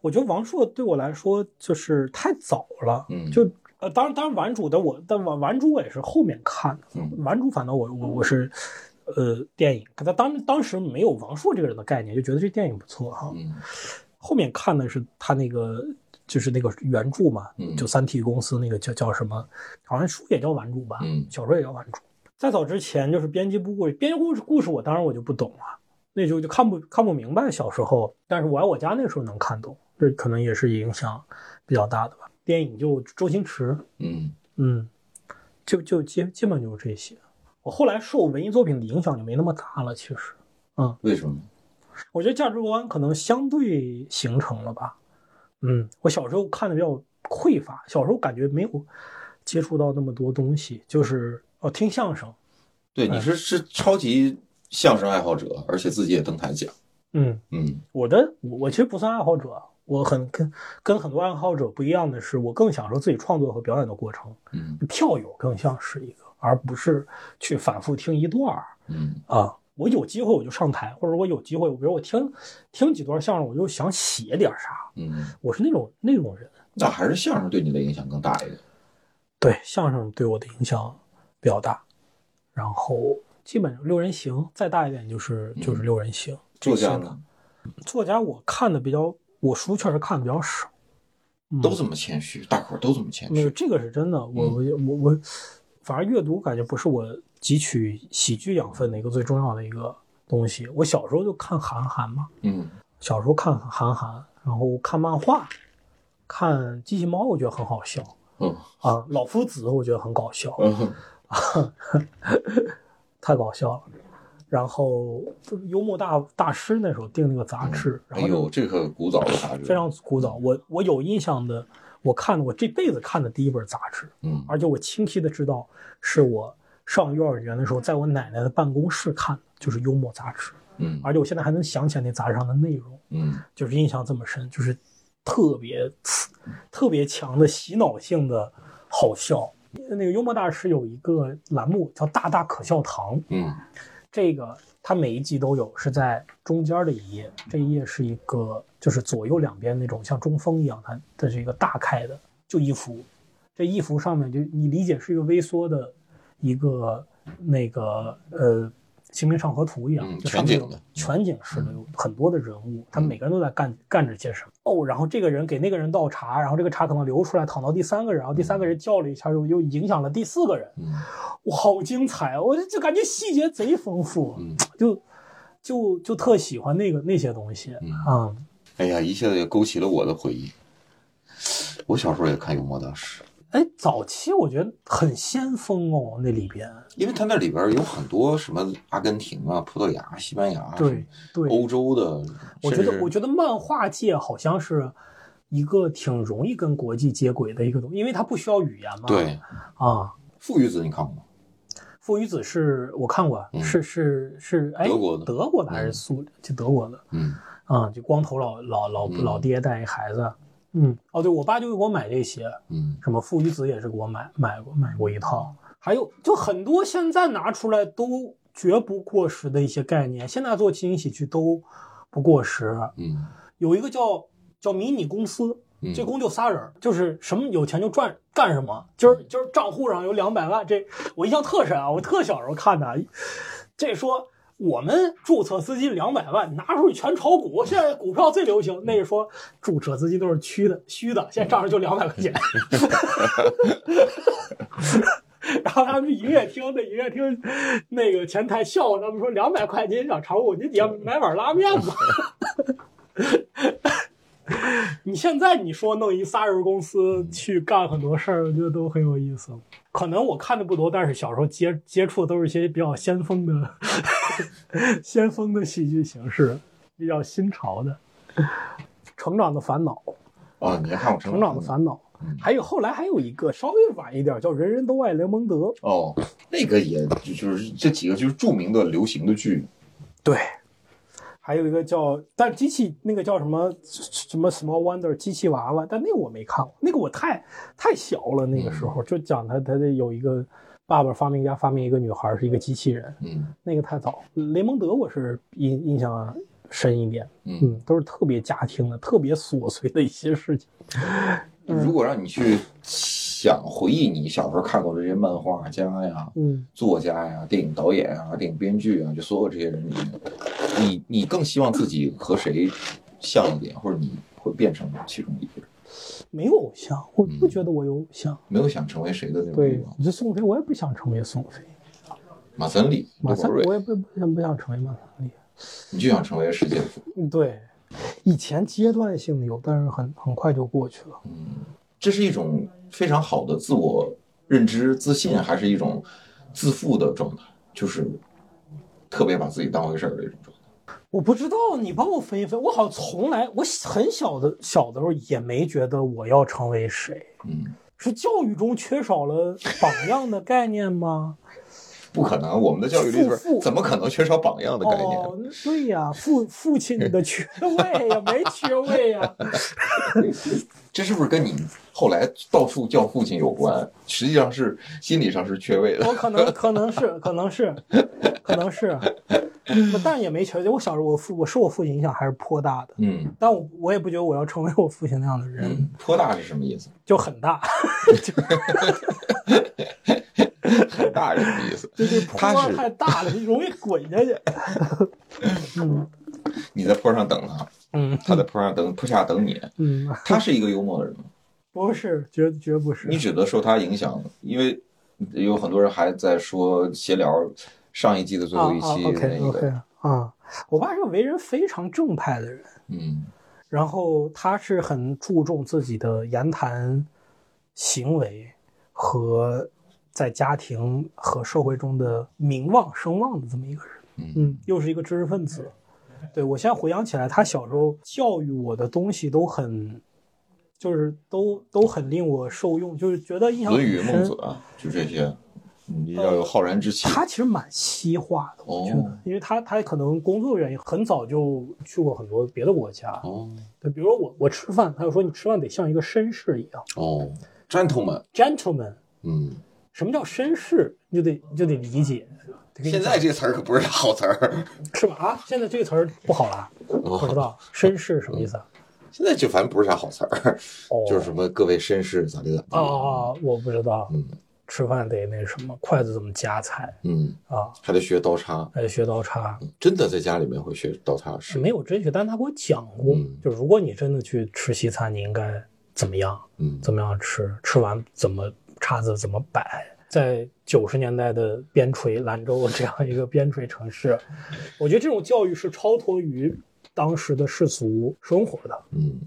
S4: 我觉得王朔对我来说就是太早了，
S3: 嗯
S4: 就呃，当然当然顽主的我，但顽顽主我也是后面看的，
S3: 嗯
S4: 顽主反倒我我我是。呃，电影，可他当当时没有王朔这个人的概念，就觉得这电影不错哈、
S3: 嗯
S4: 后面看的是他那个，就是那个原著嘛，
S3: 嗯
S4: 就三体公司那个叫叫什么，好像书也叫顽主吧，
S3: 嗯
S4: 小说也叫顽主。再早之前就是编辑部故事，编辑部故事我当然我就不懂了，那时候就看不看不明白小时候，但是我爱我家那时候能看懂，这可能也是影响比较大的吧。电影就周星驰，
S3: 嗯
S4: 嗯，就就基基本就是这些。我后来受文艺作品的影响就没那么大了，其实。
S3: 为什么？
S4: 我觉得价值观可能相对形成了吧。嗯，我小时候看的比较匮乏，小时候感觉没有接触到那么多东西，就是哦听相声，
S3: 对，
S4: 哎
S3: 你是是超级相声爱好者，而且自己也登台讲，
S4: 嗯，
S3: 嗯
S4: 我的我我其实不算爱好者，我很跟跟很多爱好者不一样的是，我更享受自己创作和表演的过程，
S3: 嗯
S4: 跳友更像是一个，而不是去反复听一段儿。
S3: 嗯
S4: 啊，我有机会我就上台，或者我有机会，比如我听听几段相声，我就想写点啥，
S3: 嗯，
S4: 我是那种那种人。
S3: 那还是相声对你的影响更大一点。
S4: 对相声对我的影响比较大，然后基本上六人行，再大一点就是就是六人行。
S3: 作
S4: 这
S3: 家
S4: 些
S3: 呢，
S4: 作家我看的比较，我书确实看的比较少，
S3: 都这么谦虚，大伙儿都这么谦
S4: 没有
S3: 虚。
S4: 这个是真的。我我我我，反而阅读感觉不是我汲取喜剧养分的一个最重要的一个东西。我小时候就看韩寒嘛，
S3: 嗯
S4: 小时候看韩寒，然后看漫画，看机器猫，我觉得很好笑
S3: 嗯
S4: 啊，老夫子我觉得很搞笑。
S3: 嗯
S4: 太搞笑了。然后幽默大大师那时候订那个杂志，
S3: 哎
S4: 然后
S3: 呦，
S4: 就
S3: 这个古早的杂志，
S4: 非常古早。我我有印象的，我看的我这辈子看的第一本杂志，
S3: 嗯
S4: 而且我清晰的知道是我上幼儿园的时候，在我奶奶的办公室看的，就是幽默杂志。
S3: 嗯
S4: 而且我现在还能想起来那杂志上的内容，
S3: 嗯
S4: 就是印象这么深，就是特别刺特别强的洗脑性的好笑。那个幽默大师有一个栏目叫“大大可笑堂”，
S3: 嗯
S4: 这个它每一集都有，是在中间的一页，这一页是一个就是左右两边那种像中锋一样，它它是一个大开的，就一幅，这一幅上面就你理解是一个微缩的一个那个呃《清明上河图》一样，
S3: 嗯
S4: 就上面有
S3: 全景的
S4: 全景式的有很多的人物，他们每个人都在干干着些什么哦，然后这个人给那个人倒茶，然后这个茶可能流出来淌到第三个人，然后第三个人叫了一下，又又影响了第四个人。
S3: 嗯
S4: 哇，好精彩！啊我就就感觉细节贼丰富，
S3: 嗯，
S4: 就就就特喜欢那个那些东西
S3: 嗯
S4: 啊、
S3: 哎呀，一下子也勾起了我的回忆。我小时候也看《幽默大师》，
S4: 哎，早期我觉得很先锋哦，那里边
S3: 因为他那里边有很多什么阿根廷啊、葡萄牙、西班牙，
S4: 对，对，
S3: 欧洲的，
S4: 我觉
S3: 甚
S4: 得
S3: 至
S4: 我觉得漫画界好像是一个挺容易跟国际接轨的一个东西，因为它不需要语言嘛。
S3: 对
S4: 啊，
S3: 父与子你看过吗？
S4: 父与子是我看过，
S3: 嗯
S4: 是是是，哎，
S3: 德国的
S4: 德国的还是苏就德国的。
S3: 嗯
S4: 啊、就光头老老老
S3: 嗯
S4: 老爹带一孩子，嗯，哦，对我爸就给我买这些，
S3: 嗯
S4: 什么父与子也是给我买买过买过一套，还有就很多现在拿出来都绝不过时的一些概念，现在做情景喜剧都不过时。
S3: 嗯
S4: 有一个叫叫迷你公司，
S3: 嗯，
S4: 这公就仨人儿，就是什么有钱就赚干什么，今儿今儿账户上有两百万，这我印象特深啊，我特小时候看的啊，这说。我们注册资金两百万，拿出去全炒股。现在股票最流行，那个说注册资金都是虚的，虚的，现在账上就两百块钱。 然后他们去营业厅，那营业厅那个前台笑话他们说：“两百块钱想炒股，你得要买碗拉面吧。”你现在你说弄一仨人公司去干很多事儿，我觉得都很有意思。可能我看的不多，但是小时候接接触的都是一些比较先锋的、 先锋的戏剧形式，比较新潮的。成长的烦恼，
S3: 哦，你还看过《
S4: 成长的
S3: 烦恼
S4: 烦恼，还有后来还有一个稍微晚一点叫《人人都爱雷蒙德》，
S3: 哦，那个也就就是这几个就是著名的流行的剧，
S4: 对，还有一个叫，但是机器那个叫什么什么 Small Wonder 机器娃娃，但那个我没看过，那个我太太小了，那个时候就讲他他的有一个爸爸发明家发明一个女孩是一个机器人，
S3: 嗯
S4: 那个太早。雷蒙德我是印印象深一点，
S3: 嗯。
S4: 嗯，都是特别家庭的、特别琐碎的一些事情。嗯
S3: 如果让你去想回忆你小时候看过的这些漫画家呀、
S4: 嗯，
S3: 作家呀、电影导演啊、电影编剧啊，就所有这些人里面，你你更希望自己和谁像一点，或者你会变成其中一个人？
S4: 没有偶像，我不觉得我有偶像。
S3: 没有想成为谁的那种欲
S4: 对
S3: 望，。
S4: 你说宋飞，我也不想成为宋飞，
S3: 马三立、
S4: 马
S3: 刘
S4: 三
S3: 宝，
S4: 我
S3: 瑞，
S4: 也不不想不想成为马三立。
S3: 你就想成为世界富
S4: 嗯，对，以前阶段性的有，但是很很快就过去了。
S3: 这是一种非常好的自我认知、自信，还是一种自负的状态，就是特别把自己当回事儿的一种状态。
S4: 我不知道，你帮我分一分。我好像从来，我很小的小的时候也没觉得我要成为谁，
S3: 嗯，
S4: 是教育中缺少了榜样的概念吗？
S3: 不可能，我们的教育里边
S4: 自负
S3: 怎么可能缺少榜 样的概念？
S4: 哦，那对呀、父父亲的缺位呀，没缺位呀。
S3: 这是不是跟你后来到处叫父亲有关？实际上是心理上是缺位
S4: 我
S3: 的。
S4: 可能可能是可能是可能是，但也没缺位。我小时候我父我受我父亲影响还是颇大的，
S3: 嗯
S4: 但我我也不觉得我要成为我父亲那样的人。
S3: 嗯，颇大是什么意思？
S4: 就很 大，
S3: 很大是什么意思？
S4: 就这坡
S3: 他是
S4: 太大了，你容易滚下 去。
S3: 你在坡上等他，
S4: 嗯
S3: 他在坡上等坡下等你。
S4: 嗯，
S3: 他是一个幽默的人吗？
S4: 不是，绝绝不是
S3: 你。觉得受他影响？因为有很多人还在说闲聊上一季的最
S4: 啊
S3: 后
S4: 啊
S3: 一期
S4: ，OK
S3: 那
S4: OK
S3: 个，
S4: 啊，我爸是个为人非常正派的人，
S3: 嗯
S4: 然后他是很注重自己的言谈、行为和在家庭和社会中的名望、声望的这么一个人。
S3: 嗯
S4: 嗯，又是一个知识分子。对我现在回想起来，他小时候教育我的东西都很，就是都都很令我受用，就是觉得印
S3: 《
S4: 象很
S3: 论
S4: 深。
S3: 语》《孟子》啊，就这些，你要有浩然之气。
S4: 他其实蛮西化的，我觉得，
S3: 哦
S4: 因为他他可能工作原因，很早就去过很多别的国家。
S3: 哦
S4: 对，比如说我我吃饭，他就说你吃饭得像一个绅士一样
S3: 哦，gentleman，
S4: ，gentleman。
S3: 嗯，
S4: 什么叫绅士？你就得你就得理解。得给你
S3: 现在这词儿可不是好词 儿，
S4: 是吧？啊，现在这个词儿不好了，不知道绅士什么意思啊？
S3: 现在就反正不是啥好词儿，
S4: 哦，
S3: 嗯就是什么各位绅士咋地咋地。
S4: 哦，我不知道，
S3: 嗯
S4: 吃饭得那什么，筷子怎么夹菜
S3: 嗯，
S4: 啊，
S3: 还得学刀叉，
S4: 还得学刀叉。
S3: 真的在家里面会学刀叉
S4: 是
S3: 是
S4: 嗯没有真学，但他给我讲过，
S3: 嗯
S4: 就如果你真的去吃西餐，你应该怎么样，
S3: 嗯
S4: 怎么样吃，吃完怎么叉子怎么摆。在九十年代的边陲兰州这样一个边陲城市，我觉得这种教育是超脱于当时的世俗生活的，
S3: 嗯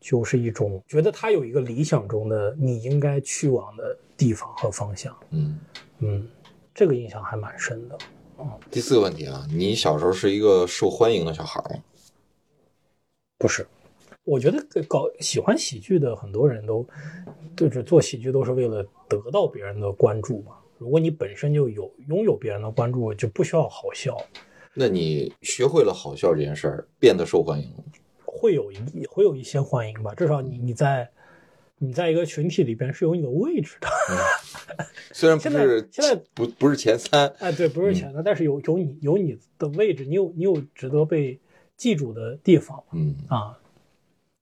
S4: 就是一种觉得他有一个理想中的你应该去往的地方和方向。
S3: 嗯。
S4: 嗯，这个印象还蛮深的。
S3: 第四个问题啊，你小时候是一个受欢迎的小孩儿吗？
S4: 不是，我觉得搞喜欢喜剧的很多人都，就是做喜剧都是为了得到别人的关注嘛。如果你本身就有拥有别人的关注，就不需要好笑，
S3: 那你学会了好笑这件事儿，变得受欢迎了吗？
S4: 会有一也会有一些欢迎吧。至少你你在你在一个群体里边是有你的位置的。
S3: 虽然不是
S4: 现在现在
S3: 不不是前三，
S4: 哎，对，不是钱的，但是有有你有你的位置，你有你有值得被记住的地方
S3: 嗯
S4: 啊。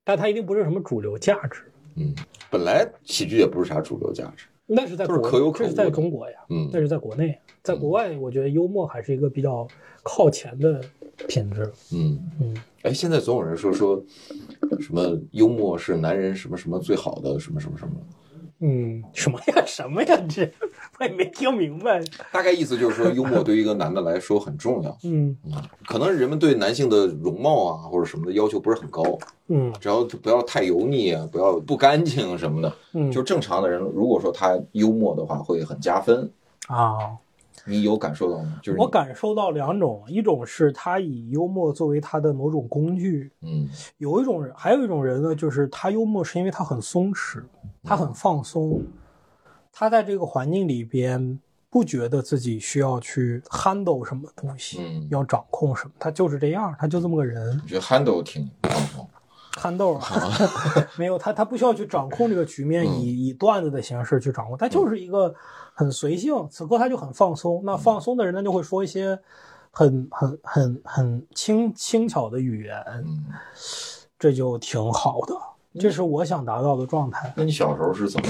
S4: 但它一定不是什么主流价值，
S3: 嗯，本来喜剧也不是啥主流价值，
S4: 那是在
S3: 都是
S4: 国
S3: 可有可
S4: 这是
S3: 无
S4: 在
S3: 的
S4: 中国呀。
S3: 嗯
S4: 但是在国内，在国外，我觉得幽默还是一个比较靠前的品质。
S3: 嗯
S4: 嗯，
S3: 哎，现在总有人说说什么幽默是男人什么什么最好的什么什么什么，
S4: 嗯，什么呀，什么呀，这我也没听明白。
S3: 大概意思就是说，幽默对于一个男的来说很重要。
S4: 嗯
S3: 可能人们对男性的容貌啊或者什么的要求不是很高，
S4: 嗯
S3: 只要不要太油腻啊，不要不干净什么的。
S4: 嗯，
S3: 就正常的人，如果说他幽默的话，会很加分。
S4: 啊，
S3: 你有感受到吗？就是你
S4: 我，感受到两种，一种是他以幽默作为他的某种工具，
S3: 嗯
S4: 有一种人，还有一种人呢，就是他幽默是因为他很松弛，他很放松，他在这个环境里边不觉得自己需要去 handle 什么东西，
S3: 嗯
S4: 要掌控什么，他就是这样，他就这么个人
S3: 我觉得 handle 挺放松。
S4: ，handle 啊， 没有他，他不需要去掌控这个局面，以以段子的形式去掌控，他就是一个很随性，此刻他就很放松，那放松的人呢，就会说一些很很很很轻轻巧的语言，
S3: 嗯，
S4: 这就挺好的，这是我想达到的状态，
S3: 那你小时候是怎么，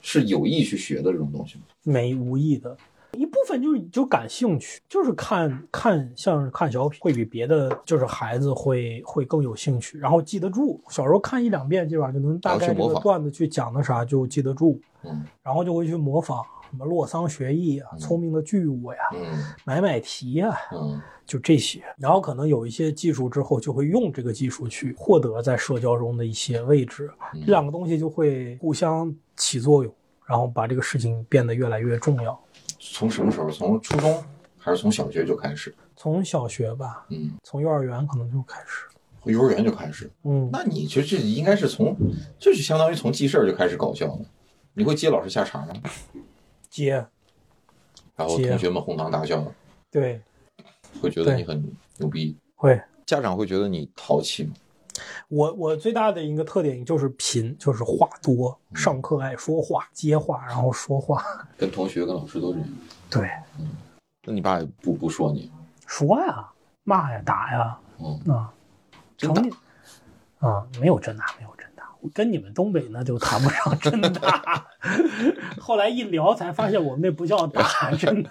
S3: 是有意去学的这种东西吗？
S4: 没无意的。一部分就是就感兴趣，就是看看像是看小品，会比别的就是孩子会会更有兴趣，然后记得住。小时候看一两遍，基本上就能大概
S3: 然后去
S4: 这
S3: 模
S4: 个
S3: 仿
S4: 段子去讲的啥就记得住，
S3: 嗯
S4: 然后就会去模仿什么洛桑学艺啊、聪明的巨物呀、
S3: 嗯
S4: 买买提呀、
S3: 嗯
S4: 就这些。然后可能有一些技术之后，就会用这个技术去获得在社交中的一些位置，
S3: 嗯
S4: 这两个东西就会互相起作用，然后把这个事情变得越来越重要。
S3: 从什么时候？从初中还是从小学就开始？
S4: 从小学吧，
S3: 嗯，
S4: 从幼儿园可能就开始。
S3: 幼儿园就开始。
S4: 嗯，
S3: 那你就这应该是从，就是相当于从记事儿就开始搞笑了。你会接老师下茬吗？
S4: 接
S3: 然后
S4: 接
S3: 同学们哄堂大笑，
S4: 对
S3: 会觉得你很牛逼。
S4: 会。
S3: 家长会觉得你淘气吗？
S4: 我我最大的一个特点就是贫，就是话多，上课爱说话，接话然后说话。
S3: 跟同学、跟老师都这样。
S4: 对，
S3: 那你爸也不不说你，
S4: 说呀，骂呀，打呀，
S3: 嗯，
S4: 啊，
S3: 真打
S4: 成绩啊，没有真打，没有真打。我跟你们东北那就谈不上真打。 后来一聊才发现，我们那不叫 打，真的，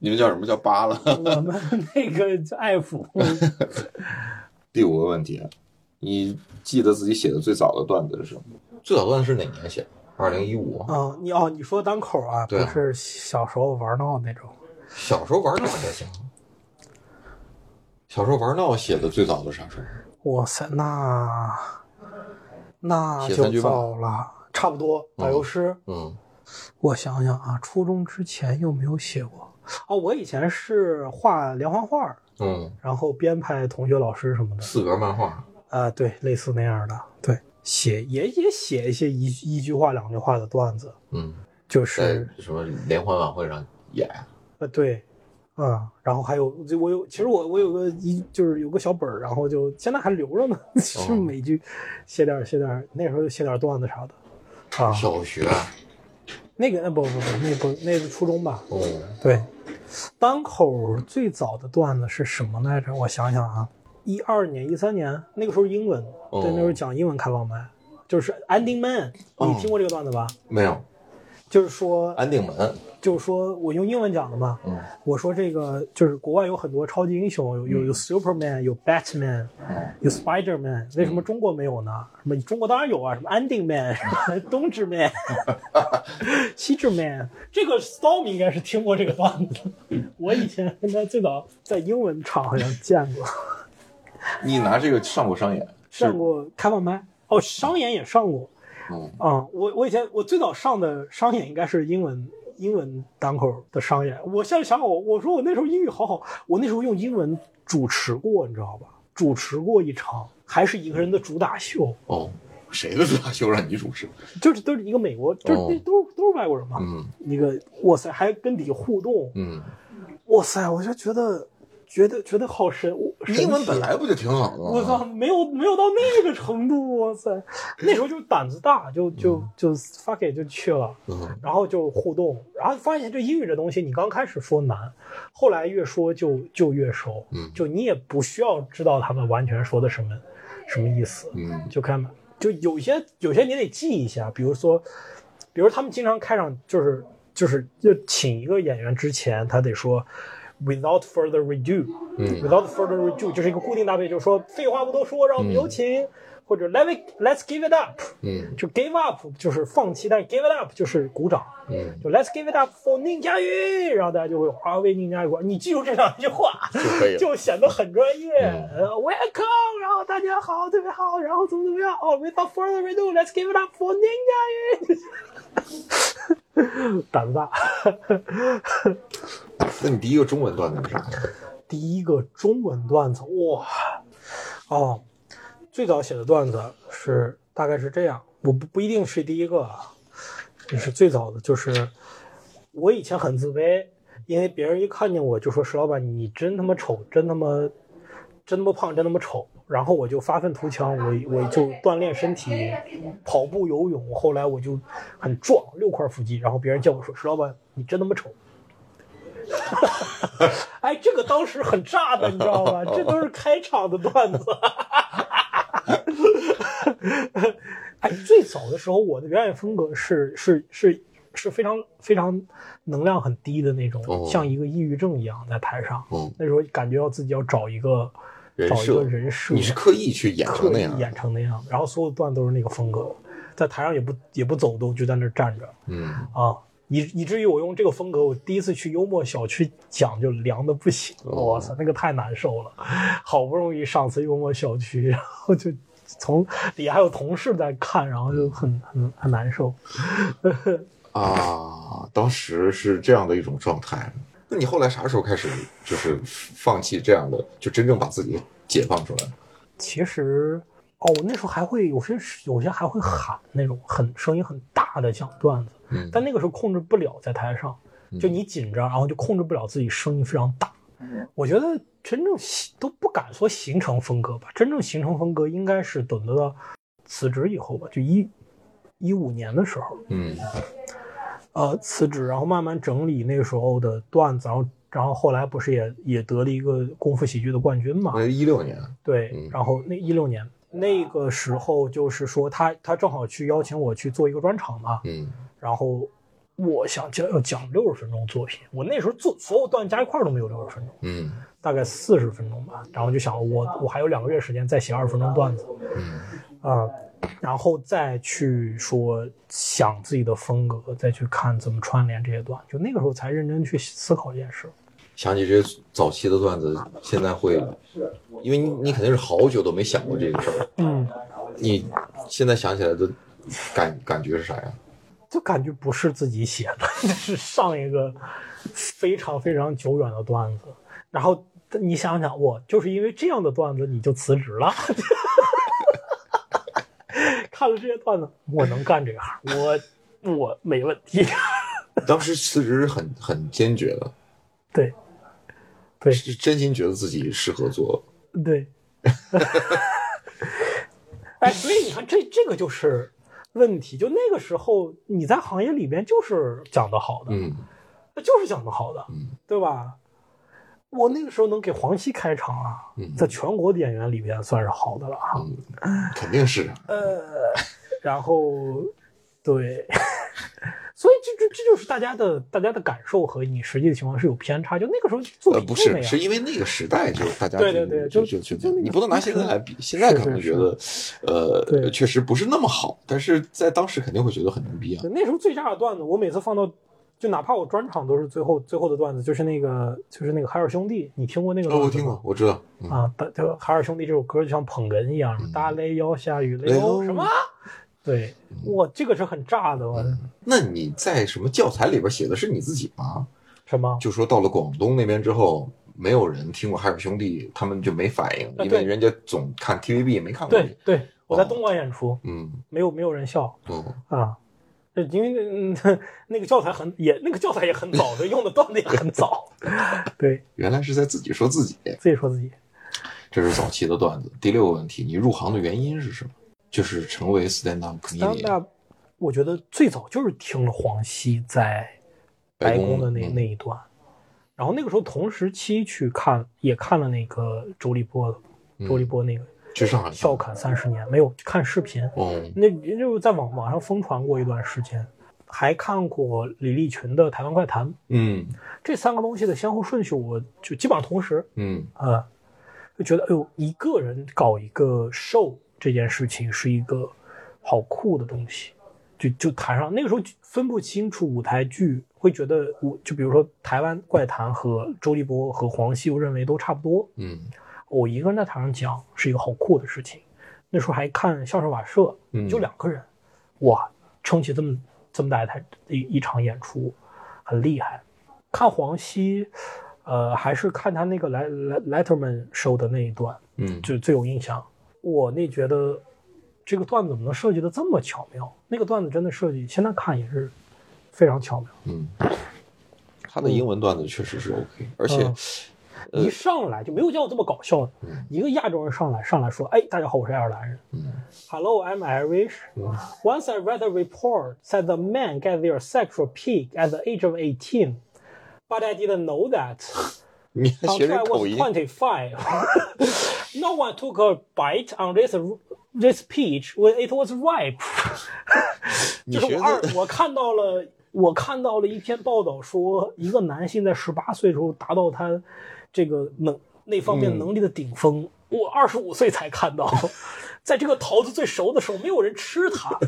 S3: 你们叫什么叫扒拉？
S4: 我们那个叫爱抚。
S3: 第五个问题，你记得自己写的最早的段子是什么？最早段子是哪年写的？二零一五。
S4: 啊，你哦，你说单口啊，不
S3: 对啊
S4: 是小时候玩闹那种。
S3: 小时候玩闹也行。小时候玩闹写的最早的啥时候？
S4: 哇塞，那那
S3: 写
S4: 就
S3: 三句吧
S4: 糟了，差不多打油诗。
S3: 嗯，
S4: 我想想啊，初中之前有没有写过？哦，我以前是画连环画儿，
S3: 嗯，
S4: 然后编排同学、老师什么的。
S3: 四格漫画。
S4: 啊、对，类似那样的，对，写也也写一些一一句话、两句话的段子，
S3: 嗯，
S4: 就
S3: 在
S4: 是
S3: 什么联欢晚会上演？
S4: 呃，对，啊、然后还有就我有，其实我我有个一就是有个小本儿，然后就现在还留着呢，
S3: 哦
S4: 就是每句写点儿写点儿，那时候就写点儿段子啥的，啊，
S3: 小学。
S4: 那个那呃不不不，那不那是初中吧？
S3: 嗯
S4: 对，单口最早的段子是什么来着？我想想啊，一二年、一三年那个时候英文，
S3: 哦
S4: 对，那时候讲英文开放麦，就是 Ending Man，你
S3: 哦
S4: 听过这个段子吧？
S3: 没有。
S4: 就是说，
S3: 安定门。
S4: 就是说我用英文讲的嘛。
S3: 嗯
S4: 我说这个就是国外有很多超级英雄，有有有 Superman，有 Batman，有 Spiderman，为什么中国没有呢？什么中国当然有啊，什么安定 man，什么 冬至 man，西至 man，这个 Storm 应该是听过这个段子的，我以前应该最早在英文场好像见过，
S3: 你拿这个上过商演？
S4: 上过开放麦，哦，商演也上过，
S3: 嗯
S4: 啊、我我以前我最早上的商演应该是英文英文单口的商演。我现在想想我，我说我那时候英语好好，我那时候用英文主持过，你知道吧？主持过一场，还是一个人的主打秀，
S3: 哦，谁的最大秀让你主持？
S4: 就是都是一个美国，就是、
S3: 哦
S4: 这都是都是外国人嘛。
S3: 嗯
S4: 一个哇塞，还跟底下互动，
S3: 嗯，
S4: 哇塞，我就觉得觉得觉得好神，我
S3: 英文
S4: 神奇
S3: 本来不哦就挺好的吗？
S4: 我操，没有没有到那个程度，哇塞！那时候就是胆子大，就就就 fuck it 就去了，
S3: 嗯
S4: 然后就互动，然后发现这英语这东西，你刚开始说难，后来越说就就越熟，
S3: 嗯
S4: 就你也不需要知道他们完全说的什么什么意思，
S3: 嗯
S4: 就看吧，就有些有些你得记一下，比如说，比如他们经常开场就是就是就请一个演员之前，他得说 without further ado，
S3: 嗯
S4: ，without further ado 就是一个固定搭配，就是说废话不多说，让我们有请，或者 let me let's give it up，
S3: 嗯
S4: 就 give up 就是放弃，但是 give it up 就是鼓掌，
S3: 嗯，
S4: 就 let's give it up for 宁佳宇，然后大家就会啊为宁佳宇鼓掌，你记住这两句话，
S3: 就可以了。
S4: 就显得很专业。
S3: 嗯
S4: 呃，Welcome，然后大家好，特别好，然后怎么怎么样？哦，Without further ado，let's give it up for 宁佳宇。胆子大。
S3: 那你第一个中文段子是啥？
S4: 第一个中文段子，哇，哦，最早写的段子是大概是这样，我不不一定是第一个啊，也是最早的，就是我以前很自卑，因为别人一看见我就说石老板你真他妈丑，真他妈真他妈胖，真他妈丑，然后我就发愤图强，我我就锻炼身体，跑步游泳，后来我就很壮，六块腹肌，然后别人叫我说石老板你真他妈丑。 哎，这个当时很炸的，你知道 吗？这都是开场的段子。 哎，最早的时候，我的表演风格是是是是非常非常能量很低的那种，
S3: 哦
S4: 像一个抑郁症一样在台上。
S3: 嗯，
S4: 那时候感觉到自己要找一个
S3: 人
S4: 找一
S3: 设
S4: 个人设，
S3: 你是刻意去演
S4: 刻
S3: 成那
S4: 意
S3: 样？
S4: 演成那样，然后所有段都是那个风格，在台上也不也不走动，就在那儿站着。
S3: 嗯，
S4: 啊，以以至于我用这个风格，我第一次去幽默小区讲就凉的不行，
S3: 哦
S4: 我操，那个太难受了，好不容易上次幽默小区，然后就从底下还有同事在看，然后就很很很难受。
S3: 啊，当时是这样的一种状态。那你后来啥时候开始就是放弃这样的，就真正把自己解放出来？
S4: 其实哦，我那时候还会有些有些还会喊那种很声音很大的讲段子，
S3: 嗯
S4: 但那个时候控制不了在台上，就你紧张，然后就控制不了自己声音非常大。我觉得真正形都不敢说形成风格吧，真正形成风格应该是等到辞职以后吧，就一一五年的时候，
S3: 嗯
S4: 呃，辞职，然后慢慢整理那个时候的段子，然后然后后来不是也也得了一个功夫喜剧的冠军嘛，
S3: 那一六年，
S4: 对
S3: 嗯，
S4: 然后那一六年那个时候就是说他他正好去邀请我去做一个专场嘛，
S3: 嗯
S4: 然后我想讲要讲六十分钟作品，我那时候做所有段加一块儿都没有六十分钟，
S3: 嗯
S4: 大概四十分钟吧，然后就想我我还有两个月时间再写二十分钟段子
S3: 嗯
S4: 啊、然后再去说想自己的风格，再去看怎么串联这些段，就那个时候才认真去思考这件事。
S3: 想起这些早期的段子，现在会，因为你你肯定是好久都没想过这个事儿，
S4: 嗯，
S3: 你现在想起来的感感觉是啥呀？
S4: 就感觉不是自己写的， 这是上一个非常非常久远的段子。然后你想想，我就是因为这样的段子你就辞职了。 看了这些段子，我能干这行，我我没问题。
S3: 当时辞职是很很坚决的，
S4: 对，对
S3: 是真心觉得自己适合做，
S4: 对。 哎，所以你看，这这个就是问题。就那个时候，你在行业里边就是讲的好的，
S3: 嗯
S4: 那就是讲的好的，
S3: 嗯
S4: 对吧？我那个时候能给黄西开场啊，
S3: 嗯
S4: 在全国的演员里边算是好的了啊。
S3: 嗯，肯定是，嗯
S4: 呃， 然后对， 所以这这这就是大家的大家的感受和你实际的情况是有偏差。就那个时候作
S3: 呃，
S4: 品
S3: 不
S4: 就那
S3: 是，
S4: 样，
S3: 是因为那个时代就大家
S4: 对对对
S3: 就
S4: 就
S3: 就
S4: 就那个
S3: 你不能拿现在来比，现在
S4: 是
S3: 可能
S4: 是
S3: 觉得，呃，
S4: 对
S3: 确实不是那么好，但是在当时肯定会觉得很牛逼啊
S4: 对，那时候最炸的段子，我每次放到，就哪怕我专场都是最后最后的段子，就是那个就是那个海尔兄弟，你听过那个
S3: 哦，
S4: 段
S3: 我
S4: 子
S3: 听
S4: 吗？
S3: 过，我知道，嗯，
S4: 啊，大就海尔兄弟这首歌就像捧哏一样，
S3: 嗯
S4: 大雷腰下雨
S3: 雷嗯
S4: 雷
S3: 欧
S4: 欧什么？对，我这个是很炸的，哦我
S3: 那你在什么教材里边写的是你自己吗？
S4: 什么？
S3: 就说到了广东那边之后，没有人听过海尔兄弟，他们就没反应，因
S4: 啊
S3: 为
S4: 对
S3: 人家总看 TVB 也没看过你
S4: 对，对，我在
S3: 哦
S4: 东莞演出，
S3: 嗯，
S4: 没有没有人笑
S3: 哦，
S4: 啊。这因为嗯，那个教材很也那个教材也很早，就用的段子也很 早，对
S3: 原来是在自己说自己，
S4: 自己说自己。
S3: 这是早期的段子。第六个问题，你入行的原因是什么？就是成为 stand up
S4: stand
S3: comedian，
S4: up，我觉得最早就是听了黄西在白宫的那
S3: 嗯
S4: 那一段，然后那个时候同时期去看也看了那个周立波的，
S3: 嗯
S4: 周立波那个
S3: 去上海
S4: 《
S3: 看
S4: 笑侃三十年》，没有看视频，
S3: 哦，
S4: 那就是在网网上疯传过一段时间。还看过李立群的《台湾快谈》，
S3: 嗯
S4: 这三个东西的先后顺序，我就基本上同时
S3: 嗯
S4: 啊，就觉得哎呦，一个人搞一个 show 这件事情是一个好酷的东西，就就谈上那个时候就分不清楚舞台剧，会觉得我就比如说《台湾怪谈》和周立波和黄西，我认为都差不多。
S3: 嗯
S4: 我一个人在台上讲是一个好酷的事情。那时候还看相声瓦舍，
S3: 嗯，
S4: 就两个人，哇，撑起这么这么大一台一一场演出，很厉害。看黄西，呃，还是看他那个莱莱 Letterman show 的那一段，
S3: 嗯
S4: 就是最有印象。我那觉得这个段子怎么能设计的这么巧妙？那个段子真的设计，现在看也是非常巧妙。
S3: 嗯，他的英文段子确实是 OK，而且呃
S4: 嗯一上来就没有见过这么搞笑的
S3: 嗯，
S4: 一个亚洲人上来上来说：“哎，大家好，我是爱尔兰人。
S3: 嗯
S4: Hello, I'm Irish. Once I read a report said the men get their sexual peak at the age of 18, but I didn't know that
S3: 你还学
S4: until
S3: 人
S4: I
S3: 口
S4: was
S3: 音，
S4: 25. no one took a bite on this this peach when it was ripe.
S3: 你
S4: 就是
S3: 学
S4: 我二
S3: 的，
S4: 我看到了，我看到了一篇报道说，一个男性在十八岁时候达到他这个能那
S3: 嗯
S4: 方面能力的顶峰。我二十五岁才看到， 在这个桃子最熟的时候，没有人吃它。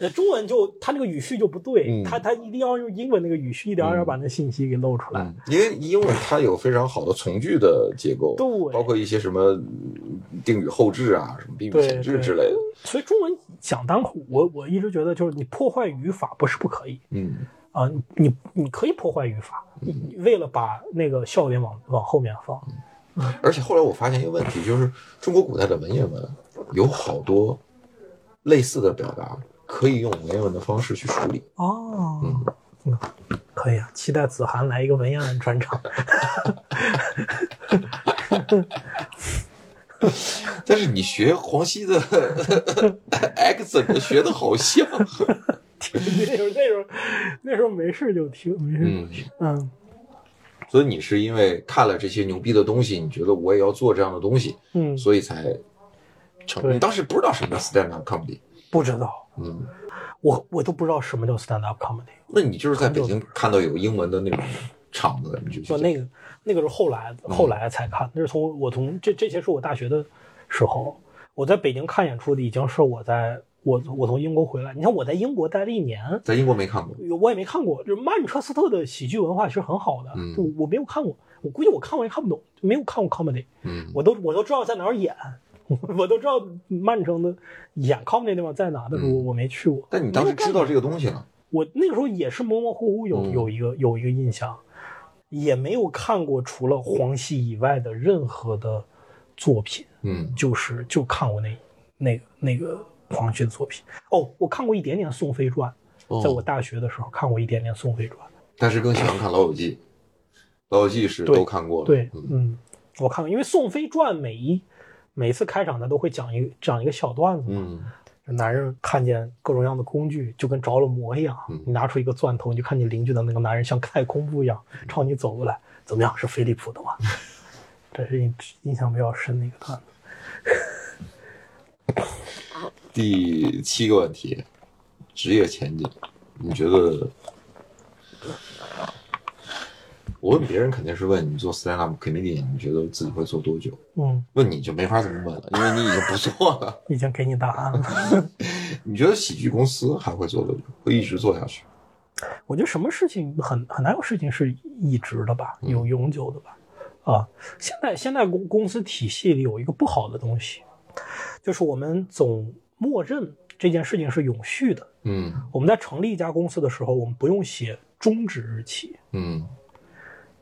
S4: 呃，中文就他那个语序就不对，
S3: 嗯
S4: 他他一定要用英文那个语序，一点儿一点儿把那信息给露出来。
S3: 嗯，因为因为它有非常好的从句的结构，
S4: 对
S3: 包括一些什么嗯定语后置啊，什么宾语
S4: 对
S3: 前置
S4: 对
S3: 之类的，
S4: 所以中文讲单口，我我一直觉得就是你破坏语法不是不可以，
S3: 嗯
S4: 啊，你你你可以破坏语法，你为了把那个笑点往往后面放。
S3: 而且后来我发现一个问题，就是中国古代的文言文有好多类似的表达，可以用文言文的方式去处理。
S4: 哦，嗯，可以啊，期待子涵来一个文言文专场。
S3: 但是你学黄西的 accent 学的好像，
S4: 那时候那时候那时候没事就听，没事就听。嗯，
S3: 所以你是因为看了这些牛逼的东西，你觉得我也要做这样的东西，
S4: 嗯
S3: 所以才成。
S4: 对
S3: 你当时不知道什么叫 stand up comedy，
S4: 不知道，
S3: 嗯，
S4: 我我都不知道什么叫 stand up comedy。
S3: 那你就是在北京看到有英文的那种场子，你就去
S4: 就那个那个是后来后来才看，那是从我从这这些是我大学的时候，我在北京看演出的已经是我在我我从英国回来。你看我在英国待了一年，
S3: 在英国没看过，
S4: 我也没看过，就是曼彻斯特的喜剧文化其实很好的，
S3: 嗯
S4: 我我没有看过，我估计我看过也看不懂，就没有看过 comedy，
S3: 嗯
S4: 我都我都知道在哪儿演， 我都知道曼城的演 comedy 的地方在哪，但是我
S3: 嗯
S4: 我没去过。
S3: 但你当时知道这个东西了，
S4: 我那个时候也是模模糊糊有、
S3: 嗯
S4: 有一个有一个印象，也没有看过除了黄西以外的任何的作品，
S3: 嗯
S4: 就是就看过那那个那个黄西的作品。哦，我看过一点点《宋飞传》
S3: 哦
S4: 在我大学的时候看过一点点《宋飞传》。
S3: 但是更喜欢看《老友记》，《老友记》是
S4: 对
S3: 都看过了，
S4: 对，
S3: 嗯
S4: 嗯，我看过，因为《宋飞传》每一每一次开场他都会讲一讲一个小段子嘛，
S3: 嗯
S4: 就男人看见各种各样的工具，就跟着了魔一样
S3: 嗯。
S4: 你拿出一个钻头，你就看你邻居的那个男人像太空步一样
S3: 嗯
S4: 朝你走过来，怎么样？是飞利浦 的吗？这是印印象比较深的一个段子。
S3: 第七个问题，职业前景，你觉得？我问别人肯定是问你做 stand up comedian，你觉得自己会做多久？
S4: 嗯，
S3: 问你就没法这么问了，因为你已经不做了。
S4: 已经给你答案
S3: 嗯
S4: 了。
S3: 你觉得喜剧公司还会做多久？会一直做下去？
S4: 我觉得什么事情很很难有事情是一直的吧，
S3: 嗯
S4: 有永久的吧。啊，现在现在公公司体系里有一个不好的东西，就是我们总默认这件事情是永续的。
S3: 嗯
S4: 我们在成立一家公司的时候，我们不用写终止日期，
S3: 嗯，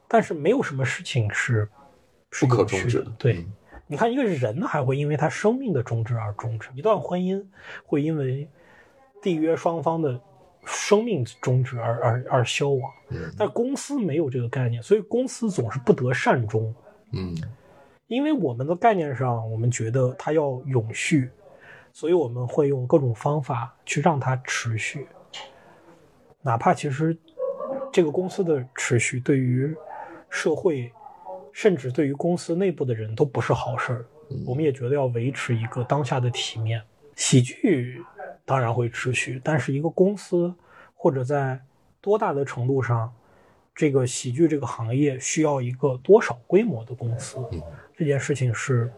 S4: 但是没有什么事情是是
S3: 不可
S4: 永续
S3: 终止嗯
S4: 的。对，你看一个人还会因为他生命的终止而终止，一段婚姻会因为缔约双方的生命终止而而而消亡
S3: 嗯，
S4: 但公司没有这个概念，所以公司总是不得善终。
S3: 嗯
S4: 因为我们的概念上，我们觉得它要永续，所以我们会用各种方法去让它持续，哪怕其实这个公司的持续对于社会，甚至对于公司内部的人都不是好事儿，我们也觉得要维持一个当下的体面。喜剧当然会持续，但是一个公司或者在多大的程度上，这个喜剧这个行业需要一个多少规模的公司，这件事情是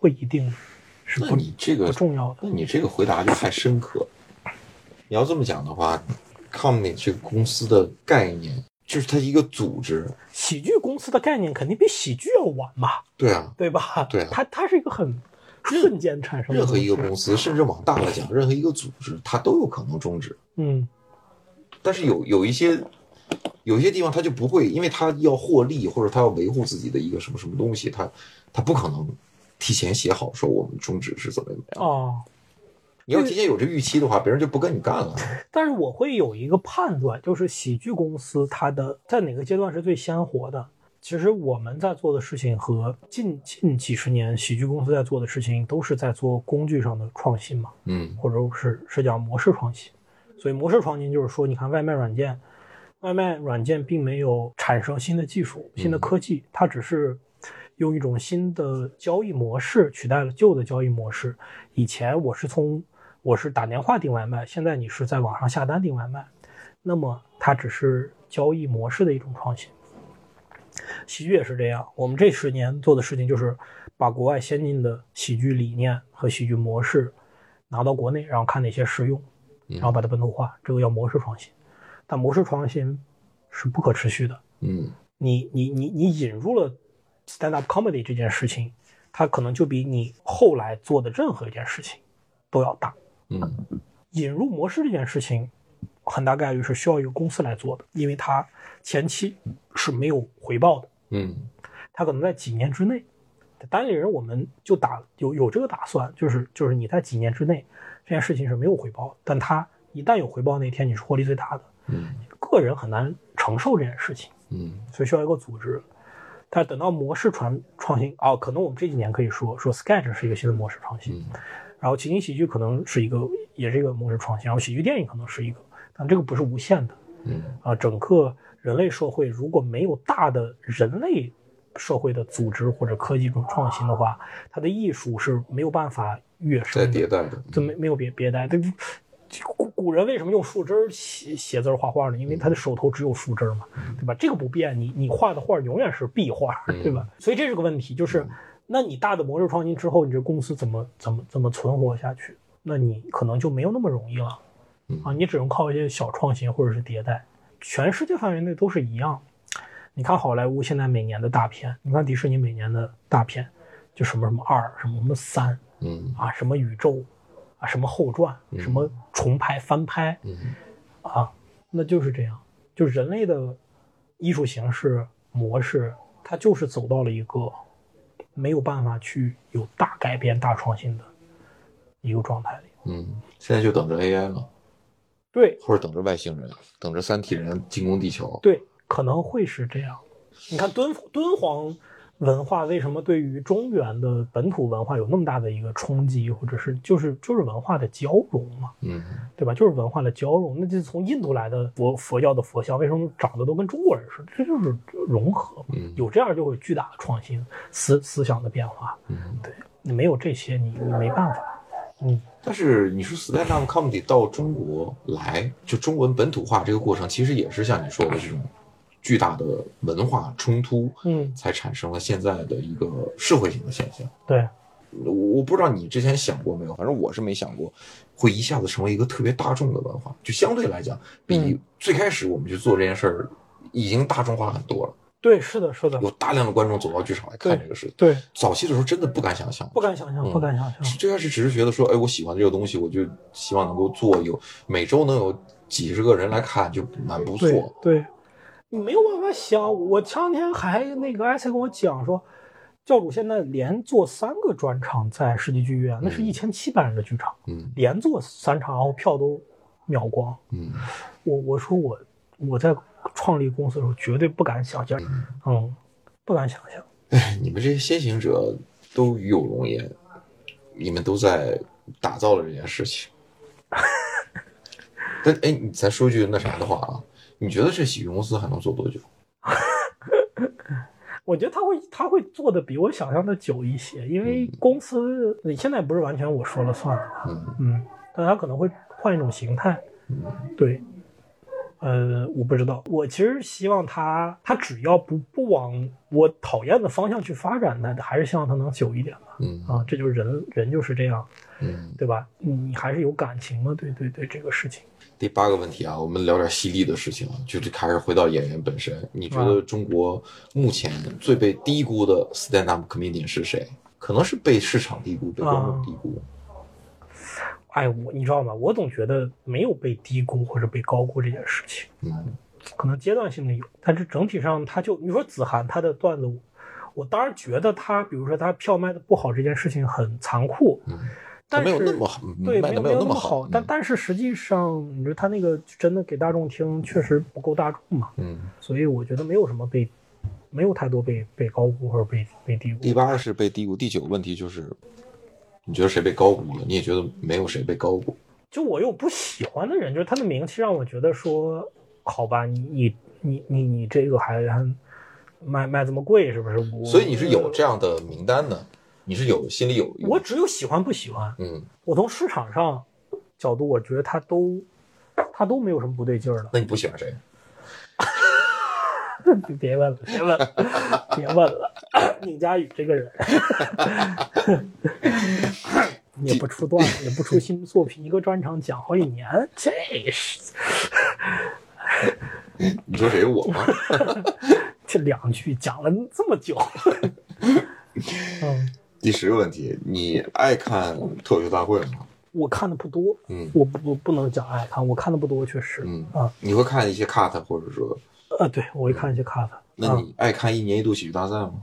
S4: 不一定是
S3: 那
S4: 不
S3: 你这
S4: 不
S3: 个，
S4: 重要的。
S3: 那你这个回答就太深刻。你要这么讲的话，comedy 这个公司的概念就是它一个组织，
S4: 喜剧公司的概念肯定比喜剧要晚嘛，
S3: 对啊，
S4: 对吧？
S3: 对啊
S4: 它它是一个很瞬间产生的
S3: 任何一个
S4: 东西
S3: 公司，甚至往大了讲，任何一个组织，它都有可能终止。
S4: 嗯
S3: 但是有有一些有一些地方它就不会，因为它要获利或者它要维护自己的一个什么什么东西，它它不可能提前写好说我们终止是怎么怎么样。
S4: 哦，
S3: 你要提前有这预期的话，别人就不跟你干了。
S4: 但是我会有一个判断，就是喜剧公司它的在哪个阶段是最鲜活的。其实我们在做的事情和近近几十年喜剧公司在做的事情，都是在做工具上的创新嘛，
S3: 嗯
S4: 或者是是叫模式创新。所以模式创新就是说，你看外卖软件，外卖软件并没有产生新的技术、新的科技，它只是用一种新的交易模式取代了旧的交易模式。以前我是从我是打电话订外卖，现在你是在网上下单订外卖，那么它只是交易模式的一种创新。喜剧也是这样，我们这十年做的事情就是把国外先进的喜剧理念和喜剧模式拿到国内，然后看哪些实用，然后把它本土化，这个叫模式创新。但模式创新是不可持续的，
S3: 嗯，
S4: 你你你你引入了 stand up comedy 这件事情，它可能就比你后来做的任何一件事情都要大。
S3: 嗯，
S4: 引入模式这件事情，很大概率是需要一个公司来做的，因为它前期是没有回报的，
S3: 嗯，
S4: 它可能在几年之内。单立人我们就打有有这个打算，就是就是你在几年之内这件事情是没有回报的，但它一旦有回报那天你是获利最大的，
S3: 嗯
S4: 个人很难承受这件事情。
S3: 嗯
S4: 所以需要一个组织。但等到模式传创新哦，可能我们这几年可以说说 Sketch 是一个新的模式创新，
S3: 嗯
S4: 然后情景喜剧可能是一个也是一个模式创新，然后喜剧电影可能是一个，但这个不是无限的
S3: 嗯
S4: 啊。整个人类社会如果没有大的人类社会的组织或者科技中创新的话，它的艺术是没有办法跃
S3: 在
S4: 升的
S3: 迭。代的。
S4: 就没没有别别呆。这这古古人为什么用树枝儿写写字儿画画呢？因为他的手头只有树枝儿嘛，对吧？这个不变，你你画的画儿永远是壁画，对吧？所以这是个问题，就是那你大的模式创新之后，你这公司怎么怎么怎么存活下去？那你可能就没有那么容易了
S3: 嗯
S4: 啊！你只能靠一些小创新或者是迭代，全世界范围内都是一样。你看好莱坞现在每年的大片，你看迪士尼每年的大片，就什么什么二，什么什么三，
S3: 嗯
S4: 啊，什么宇宙，啊，什么后传，什么重拍、翻拍，
S3: 嗯
S4: 啊，那就是这样。就人类的艺术形式模式，它就是走到了一个没有办法去有大改变、大创新的一个状态里。
S3: 嗯，现在就等着 AI 了，
S4: 对
S3: 或者等着外星人，等着三体人进攻地球。
S4: 对，可能会是这样。你看敦敦煌文化为什么对于中原的本土文化有那么大的一个冲击，或者是就是就是文化的交融嘛？
S3: 嗯
S4: 对吧？就是文化的交融，那就是从印度来的佛佛教的佛像，为什么长得都跟中国人似的？这就是融合嘛。
S3: 嗯
S4: 有这样就会有巨大的创新思思想的变化。
S3: 嗯。
S4: 你没有这些，你你没办法。
S3: 但是你说 stand up comedy 到中国来，就中文本土化这个过程，其实也是像你说的这种巨大的文化冲突，
S4: 嗯，
S3: 才产生了现在的一个社会性的现象。
S4: 对，
S3: 我我不知道你之前想过没有，反正我是没想过，会一下子成为一个特别大众的文化。就相对来讲，比
S4: 嗯
S3: 最开始我们去做这件事儿，已经大众化很多了。
S4: 对，是的，是的，
S3: 有大量的观众走到剧场来看这个事。
S4: 对，
S3: 早期的时候真的不敢想象，
S4: 不敢想象，不敢想象。
S3: 最开始只是觉得说，哎，我喜欢这个东西，我就希望能够做有每周能有几十个人来看，就蛮不
S4: 对
S3: 错。
S4: 对，你没有办法想。我前两天还那个艾赛跟我讲说，教主现在连做三个专场在世纪剧院，那是一千七百人的剧场，
S3: 嗯
S4: 连做三场，然后票都秒光。
S3: 嗯
S4: 我我说我我在创立公司的时候绝对不敢想象，嗯，不敢想象。
S3: 哎你们这些先行者都与有荣焉，你们都在打造了这件事情。 但哎，你咱说句那啥的话啊，你觉得这喜剧公司还能做多久？
S4: 我觉得他会他会做的比我想象的久一些，因为公司你现在不是完全我说了算的，
S3: 嗯
S4: 嗯，但他可能会换一种形态，对，呃，我不知道。我其实希望他，他只要不不往我讨厌的方向去发展，那还是希望他能久一点吧。
S3: 嗯
S4: 啊，这就是人，人就是这样，
S3: 嗯。
S4: 对吧？你还是有感情的，对对对，这个事情。
S3: 第八个问题啊，我们聊点犀利的事情啊，就是开始回到演员本身。你觉
S4: 啊
S3: 得中国目前最被低估的 stand up comedian 是谁？可能是被市场低估，被观
S4: 啊
S3: 众低估。
S4: 哎，我你知道吗？我总觉得没有被低估或者被高估这件事情，
S3: 嗯
S4: 可能阶段性的有，但是整体上他就你说子涵他的段子，我当然觉得他，比如说他票卖的不好这件事情很残酷，
S3: 嗯，
S4: 但
S3: 没
S4: 是
S3: 有那么好，
S4: 对，
S3: 卖的
S4: 没
S3: 有
S4: 那
S3: 么
S4: 好，但
S3: 嗯
S4: 但是实际上，你说他那个真的给大众听，确实不够大众嘛，
S3: 嗯，
S4: 所以我觉得没有什么被，没有太多被被高估或者被被低
S3: 第
S4: 估。
S3: 八是被低估，第九个问题就是，你觉得谁被高估了？你也觉得没有谁被高估。
S4: 就我有不喜欢的人，就是他的名气让我觉得说，好吧，你你你你你这个还还卖卖这么贵，是不是？我
S3: 所以你是有这样的名单的，你是有心里有
S4: 我只有喜欢不喜欢，
S3: 嗯，
S4: 我从市场上角度，我觉得他都他都没有什么不对劲儿 的。
S3: 那你不喜欢谁？
S4: 别问了，别问了，别问了。 宁佳宇这 个人，也不出段子，也不出新作品，一个专场讲好几年，这是
S3: 你说谁我 吗？
S4: 这两句讲了这么久。 嗯，
S3: 第十个问题，你爱看脱口秀大会吗？
S4: 我看的不多，
S3: 嗯
S4: 我不我不能讲爱看，我看的不多，确实。
S3: 嗯
S4: 啊
S3: 你会看一些 cut，或者说，
S4: 呃，对，我会看一些 cut。
S3: 那
S4: 啊、
S3: 你爱看一年一度喜剧大赛吗？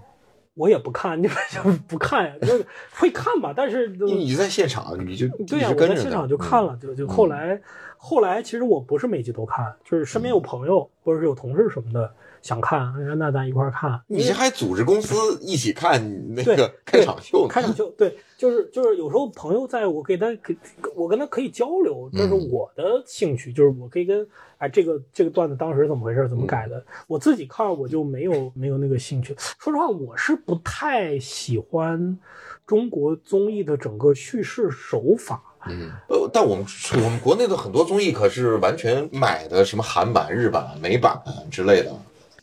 S4: 我也不看， 你们就是不看呀？就是会看吧，但是
S3: 因为你在现场，你就
S4: 嗯
S3: 你
S4: 对呀、
S3: 是
S4: 我
S3: 跟着嗯
S4: 在
S3: 的
S4: 现场就看了，就就后来、后来其实我不是每集都看，就是身
S3: 嗯
S4: 边有朋友、或者是有同事什么的想看，那那咱一块儿看。
S3: 嗯你还组织公司一起看那个
S4: 对
S3: 开场秀呢？
S4: 开场秀对，就是就是有时候朋友在我给他给我跟他可以交流，这是我的兴趣，就是我可以跟哎这个这个段子当时怎么回事，怎么改的，我自己看我就没有没有那个兴趣。说实话，我是不太喜欢中国综艺的整个叙事手法。
S3: 嗯，呃，但我们我们国内的很多综艺可是完全买的什么韩版、日版、美版啊之类的。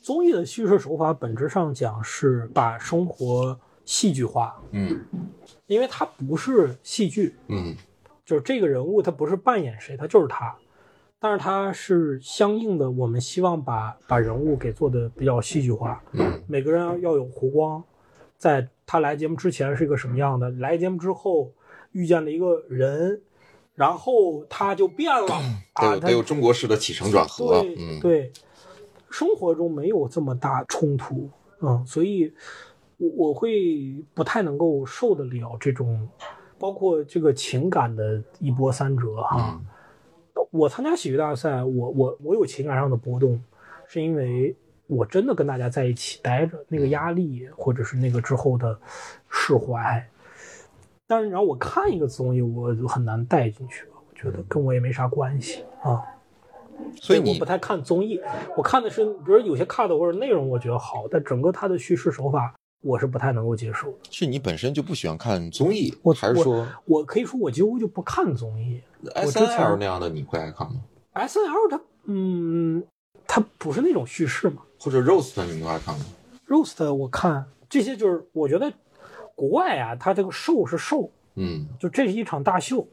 S4: 综艺的叙事手法本质上讲是把生活戏剧化，
S3: 嗯
S4: 因为它不是戏剧，
S3: 嗯
S4: 就是这个人物他不是扮演谁，他就是他，但是他是相应的，我们希望把把人物给做的比较戏剧化，
S3: 嗯
S4: 每个人要要有弧光，在他来节目之前是一个什么样的，来节目之后遇见了一个人，然后他就变了
S3: 得
S4: 啊，
S3: 有
S4: 他
S3: 得有中国式的起承转合。
S4: 对
S3: 嗯，
S4: 对，生活中没有这么大冲突，嗯，所以我我会不太能够受得了这种，包括这个情感的一波三折哈、
S3: 嗯
S4: 我参加喜剧大赛，我我我有情感上的波动，是因为我真的跟大家在一起待着，那个压力
S3: 嗯
S4: 或者是那个之后的释怀。但是你让我看一个综艺，我就很难带进去吧，我觉
S3: 嗯
S4: 得跟我也没啥关系啊。
S3: 所以
S4: 我
S3: 你
S4: 不太看综艺，我看的是，比如有些 cut 或者内容我觉得好，但整个它的叙事手法我是不太能够接受的。
S3: 是你本身就不喜欢看综艺
S4: 我，
S3: 还是说
S4: 我可以说我几乎就不看综艺。
S3: S
S4: 之前
S3: N L 那样的你会爱看吗？
S4: S N L 它嗯，它不是那种叙事嘛。
S3: 或者 Roast 你会爱看吗？
S4: Roast 我看这些就是我觉得国外啊，它这个 show 是 show，
S3: 嗯
S4: 就这是一场大秀，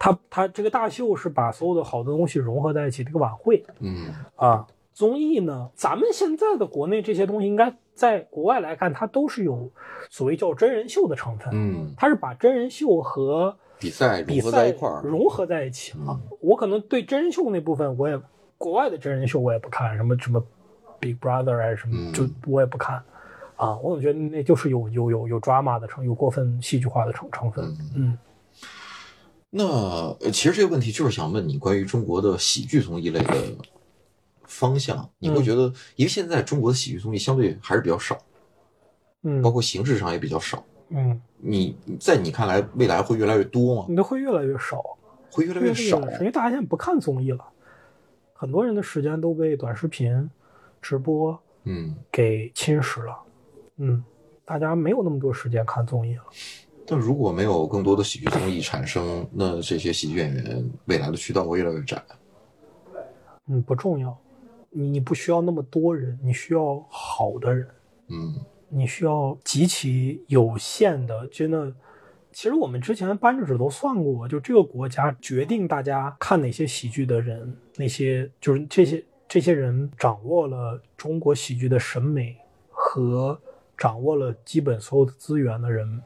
S4: 它它这个大秀是把所有的好的东西融合在一起，这个晚会。
S3: 嗯
S4: 啊，综艺呢，咱们现在的国内这些东西，应该在国外来看，它都是有所谓叫真人秀的成分，
S3: 嗯，
S4: 它是把真人秀和
S3: 比赛
S4: 比
S3: 融合在
S4: 赛
S3: 一块儿，嗯
S4: 融合在一起了。我可能对真人秀那部分，我也国外的真人秀我也不看，什么什么 Big Brother 还是什么，
S3: 嗯
S4: 就我也不看。啊，我总觉得那就是有有有有 drama 的成，有过分戏剧化的成成分。嗯，
S3: 那呃其实这个问题就是想问你关于中国的喜剧综艺类的方向，你会
S4: 嗯
S3: 觉得，因为现在中国的喜剧综艺相对还是比较少，
S4: 嗯
S3: 包括形式上也比较少。
S4: 嗯，
S3: 你在你看来，未来会越来越多吗？
S4: 你的会越来越少。
S3: 会越来
S4: 嗯越
S3: 越少？
S4: 因为大家现在不看综艺了，很多人的时间都被短视频、直播
S3: 嗯，
S4: 给侵蚀了。嗯，大家没有那么多时间看综艺了。
S3: 但如果没有更多的喜剧综艺产生，那这些喜剧演员未来的渠道会越来越窄。
S4: 嗯，不重要。你你不需要那么多人，你需要好的人，
S3: 嗯
S4: 你需要极其有限的，真的。其实我们之前扳着指头算过，就这个国家决定大家看哪些喜剧的人，那些就是这些这些人掌握了中国喜剧的审美和掌握了基本所有的资源的人，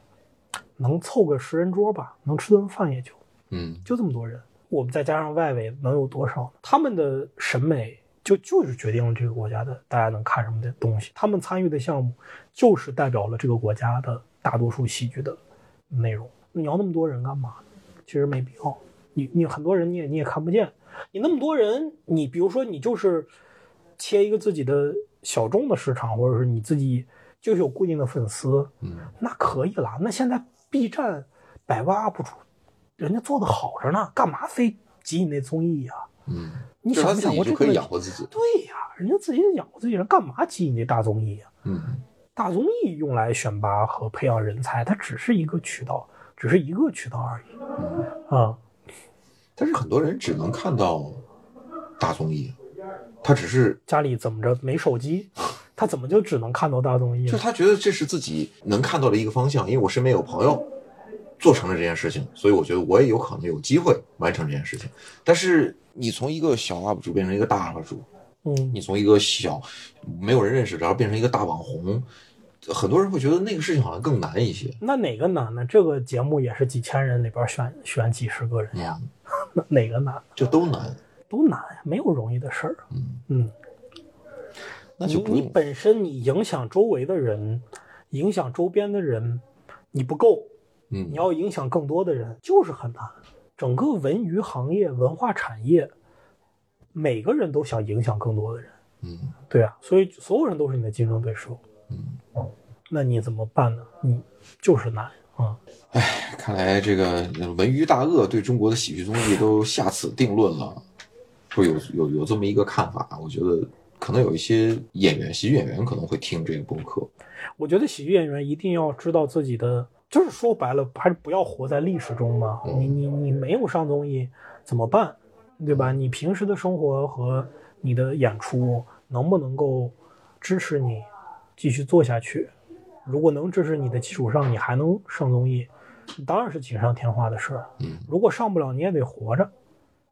S4: 能凑个十人桌吧，能吃顿饭也就。
S3: 嗯
S4: 就这么多人，我们再加上外围能有多少呢？他们的审美就就是决定了这个国家的大家能看什么的东西，他们参与的项目就是代表了这个国家的大多数戏剧的内容。你要那么多人干嘛？其实没必要。你你很多人你也你也看不见，你那么多人，你比如说你就是切一个自己的小众的市场，或者是你自己就是有固定的粉丝，
S3: 嗯
S4: 那可以了。那现在 B 站百万 UP 主，人家做的好着呢，干嘛非挤你那综艺呀、
S3: 嗯，
S4: 你
S3: 就是他
S4: 想没
S3: 自
S4: 想
S3: 己
S4: 过这
S3: 就
S4: 个
S3: 可
S4: 问
S3: 以
S4: 题
S3: 养活自己，
S4: 对呀、人家自己养活自己人，干嘛挤你那大综艺呀、
S3: 嗯
S4: 大综艺用来选拔和培养人才，它只是一个渠道，只是一个渠道而已
S3: 嗯，
S4: 啊、
S3: 但是很多人只能看到大综艺，他只是
S4: 家里怎么着没手机，他怎么就只能看到大综艺
S3: 就是
S4: 呢？
S3: 他觉得这是自己能看到的一个方向，因为我身边有朋友做成了这件事情，所以我觉得我也有可能有机会完成这件事情。但是你从一个小 UP 主变成一个大 UP 主，
S4: 嗯
S3: 你从一个小没有人认识，然后变成一个大网红，很多人会觉得那个事情好像更难一些。
S4: 那哪个难呢？这个节目也是几千人里边选选几十个人，
S3: 呀，
S4: 那哪个难？
S3: 就都难，
S4: 都难呀，没有容易的事儿。
S3: 嗯
S4: 嗯，
S3: 那就不
S4: 你你
S3: 用
S4: 本身你影响周围的人，影响周边的人，你不够，
S3: 嗯
S4: 你要影响更多的人，就是很难。整个文娱行业、文化产业，每个人都想影响更多的人，
S3: 嗯
S4: 对啊，所以所有人都是你的竞争对手。
S3: 嗯，
S4: 那你怎么办呢？你就是难啊、
S3: 看来这个文娱大鳄对中国的喜剧综艺都下此定论了，会有有有这么一个看法。我觉得可能有一些演员，喜剧演员可能会听这个播客。
S4: 我觉得喜剧演员一定要知道自己的，就是说白了，还是不要活在历史中嘛。
S3: 嗯
S4: 你你你没有上综艺怎么办？对吧？你平时的生活和你的演出能不能够支持你继续做下去？如果能支持你的基础上，你还能上综艺，当然是锦上添花的事儿。
S3: 嗯
S4: 如果上不了，你也得活着。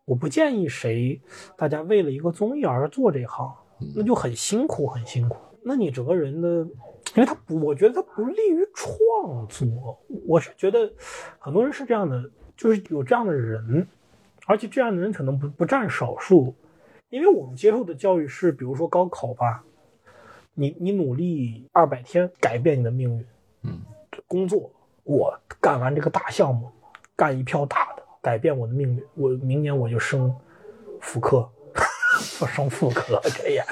S4: 我不建议谁，大家为了一个综艺而做这行，
S3: 嗯
S4: 那就很辛苦，很辛苦。那你整个人的，因为他不，我觉得他不利于创作。我是觉得很多人是这样的，就是有这样的人，而且这样的人可能不不占少数，因为我们接受的教育是，比如说高考吧，你你努力二百天改变你的命运，
S3: 嗯
S4: 工作，我干完这个大项目，干一票大的，改变我的命运，我明年我就升副科，我升副科，这也，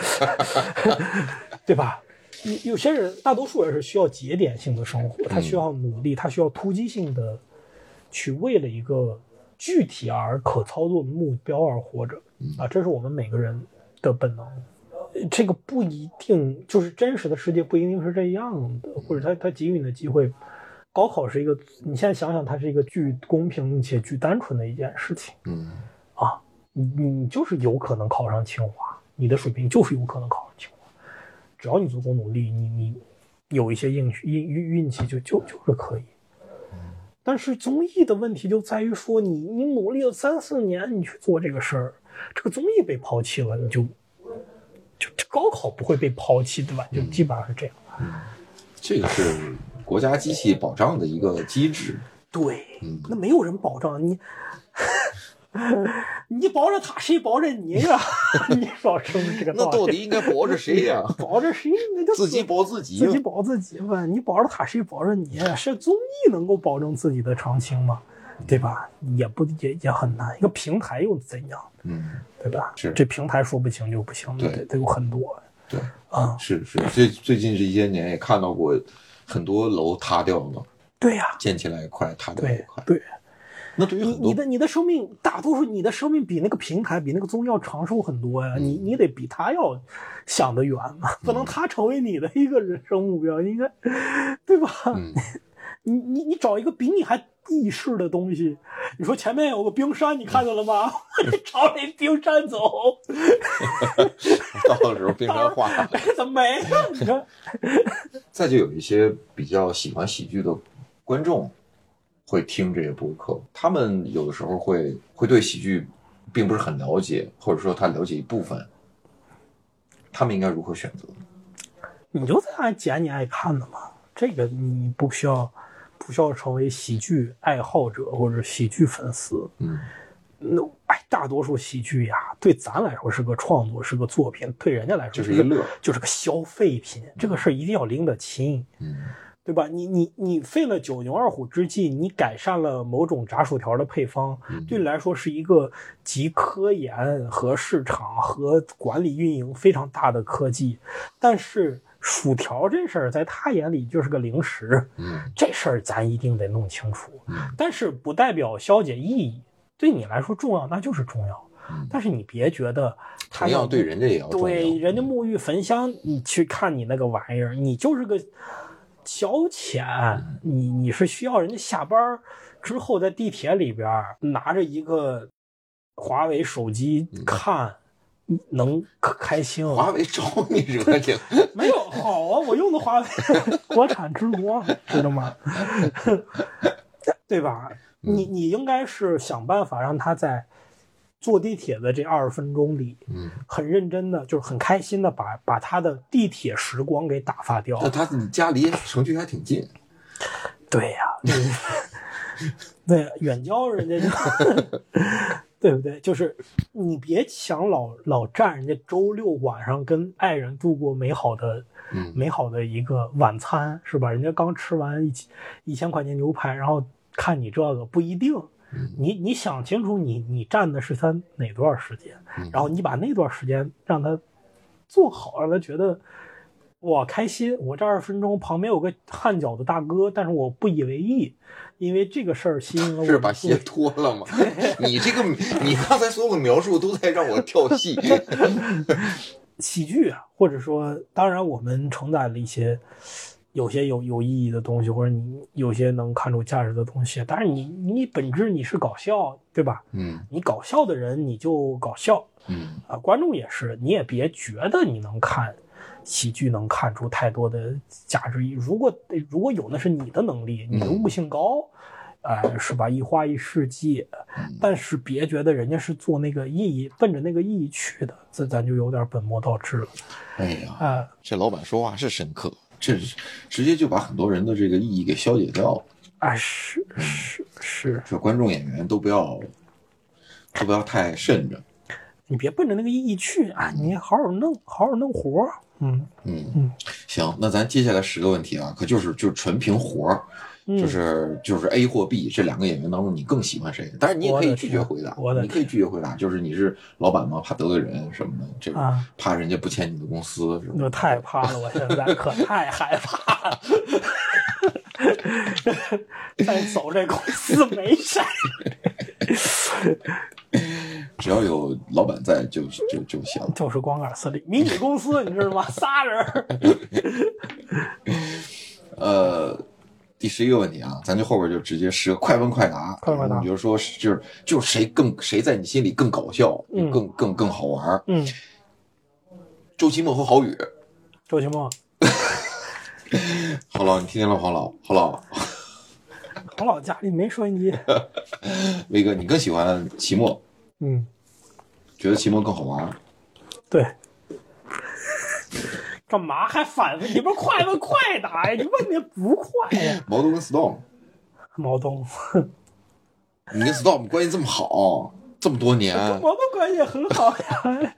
S4: 对吧？有有些人，大多数人是需要节点性的生活，他需要努力，他需要突击性的去为了一个具体而可操作的目标而活着啊，这是我们每个人的本能。这个不一定就是真实的世界不一定是这样的，或者他他给予你的机会，高考是一个，你现在想想，它是一个巨公平且巨单纯的一件事情。
S3: 嗯
S4: 你你就是有可能考上清华，你的水平就是有可能考上清华，只要你足够努力，你你有一些运气运运运气就就就是可以。
S3: 嗯
S4: 但是综艺的问题就在于说你，你努力了三四年，你去做这个事儿，这个综艺被抛弃了，你就就就高考不会被抛弃，对吧？就
S3: 嗯
S4: 基本上是这样。
S3: 这个是国家机器保障的一个机制。
S4: 对
S3: 嗯，
S4: 那没有人保障 你，你保着他，谁保着你呀、 你保证这个
S3: 那
S4: 道
S3: 到
S4: 理
S3: 底应该保着谁 呀、
S4: 保着谁？那就
S3: 自己保自己。
S4: 自己保自己呗。你保着他，谁保着你？是综艺能够保证自己的长青吗？对吧？也不也也很难。一个平台又怎样？
S3: 嗯，
S4: 对吧？
S3: 是
S4: 这平台说不行就不行，
S3: 对
S4: 得得有很多
S3: 对，
S4: 啊、
S3: 是是。最最近这些年也看到过很多楼塌掉了，
S4: 对呀、
S3: 建起来快，塌掉也
S4: 对
S3: 快。
S4: 对，
S3: 那对于
S4: 你
S3: 很多
S4: 你的你的生命，大多数你的生命比那个平台，比那个宗教长寿很多呀。你你得比他要想得远嘛，不能他成为你的 一个人生目标，应该对吧？
S3: 嗯
S4: 你你你找一个比你还意识的东西。你说前面有个冰山，你看见了吗？ 朝那冰山走，
S3: 到时候冰 山化了。
S4: 怎么没了？你看，
S3: 再就有一些比较喜欢喜剧的观众会听这些播客，他们有的时候会会对喜剧并不是很了解，或者说他了解一部分，他们应该如何选择？
S4: 你就在爱捡你爱看的嘛。这个你不需要，不需要成为喜剧爱好者或者喜剧粉丝。
S3: 嗯，
S4: 那哎，大多数喜剧呀，对咱来说是个创作，是个作品；对人家来说
S3: 就是是一
S4: 个
S3: 乐，
S4: 就是个消费品。这个事儿一定要拎得清。
S3: 嗯，
S4: 对吧？你你你费了九牛二虎之力，你改善了某种炸薯条的配方，
S3: 嗯
S4: 对你来说是一个集科研和市场和管理运营非常大的科技。但是薯条这事儿在他眼里就是个零食，
S3: 嗯，
S4: 这事儿咱一定得弄清楚
S3: 嗯。
S4: 但是不代表消解意义，对你来说重要那就是重要
S3: 嗯。
S4: 但是你别觉得他
S3: 同样对人家也要重要。嗯
S4: 对，人家沐浴焚香，你去看你那个玩意儿，你就是个消遣，你你是需要人家下班儿之后在地铁里边儿拿着一个华为手机看，能可开心。
S3: 嗯 华为招你惹你了，
S4: 没有好啊，我用的华为 国产之光，知道吗？ 对吧？你你应该是想办法让他在坐地铁的这二十分钟里，
S3: 嗯，
S4: 很认真的，就是很开心的把把他的地铁时光给打发掉。
S3: 那他家离城区还挺近，
S4: 对 呀、对，对远郊人家就，对不对？就是你别想老老占人家周六晚上跟爱人度过美好的
S3: 嗯
S4: 美好的一个晚餐，是吧？人家刚吃完一起一千块钱牛排，然后看你这个不一定。
S3: 嗯
S4: 你你想清楚你，你占的是他哪段时间，
S3: 嗯
S4: 然后你把那段时间让他做好，让他觉得我开心。我这二十分钟旁边有个汗脚的大哥，但是我不以为意，因为这个事儿吸引了我。
S3: 是把鞋脱了 吗？你这个，你刚才所有的描述都在让我跳 戏。
S4: 喜剧啊，或者说，当然我们承载了一些有些有有意义的东西，或者你有些能看出价值的东西。啊但是你你本质你是搞笑，对吧？
S3: 嗯
S4: 你搞笑的人你就搞笑
S3: 嗯
S4: 啊，观众也是，你也别觉得你能看喜剧能看出太多的价值。如果如果有，那是你的能力，你的悟性高。呃，是吧？一花一世界， 但是别觉得人家是做那个意义，奔着那个意义去的，这咱就有点本末倒置了。
S3: 哎呀，
S4: 啊，
S3: 这老板说话是深刻，这直接就把很多人的这个意义给消解掉了。
S4: 啊，是是是，
S3: 这观众演员都不要，都不要太慎着。
S4: 你别奔着那个意义去啊，你好好弄，好好弄活儿。嗯，
S3: 嗯
S4: 嗯，
S3: 行，那咱接下来十个问题啊，可就是就纯凭活儿，
S4: 嗯
S3: 就是就是 A 或 B 这两个演员当中，你更喜欢谁？当然你也可以拒绝回答
S4: 我，的天我的天
S3: 你可以拒绝回答，就是你是老板吗？怕得罪人什么的，这个
S4: 啊
S3: 怕人家不签你的公司什么
S4: 那
S3: 的。
S4: 太怕了，我现在可太害怕了。 再走这公司没谁。
S3: 只要有老板在就就就行。
S4: 就是光杆司令，迷你公司，你知道吗？仨人儿，
S3: 呃，第十一个问题啊，咱就后边就直接十个快问快答，
S4: 快问快答
S3: 你就说是就是就是谁更谁在你心里更搞笑，
S4: 嗯
S3: 更更更好玩儿。
S4: 嗯，
S3: 周奇墨和郝宇，
S4: 周奇墨，
S3: 郝老，你听见了 郝老，郝老，
S4: 我老家里没收音机。
S3: 威哥，你更喜欢奇墨，
S4: 嗯，
S3: 觉得奇墨更好玩儿？
S4: 对。干嘛还反问？你不是快问快答呀？你问的不快呀，
S3: 毛豆跟 Storm，
S4: 毛东。
S3: 你跟 Storm 关系这么好，这么多年，
S4: 我们关系很好 呀，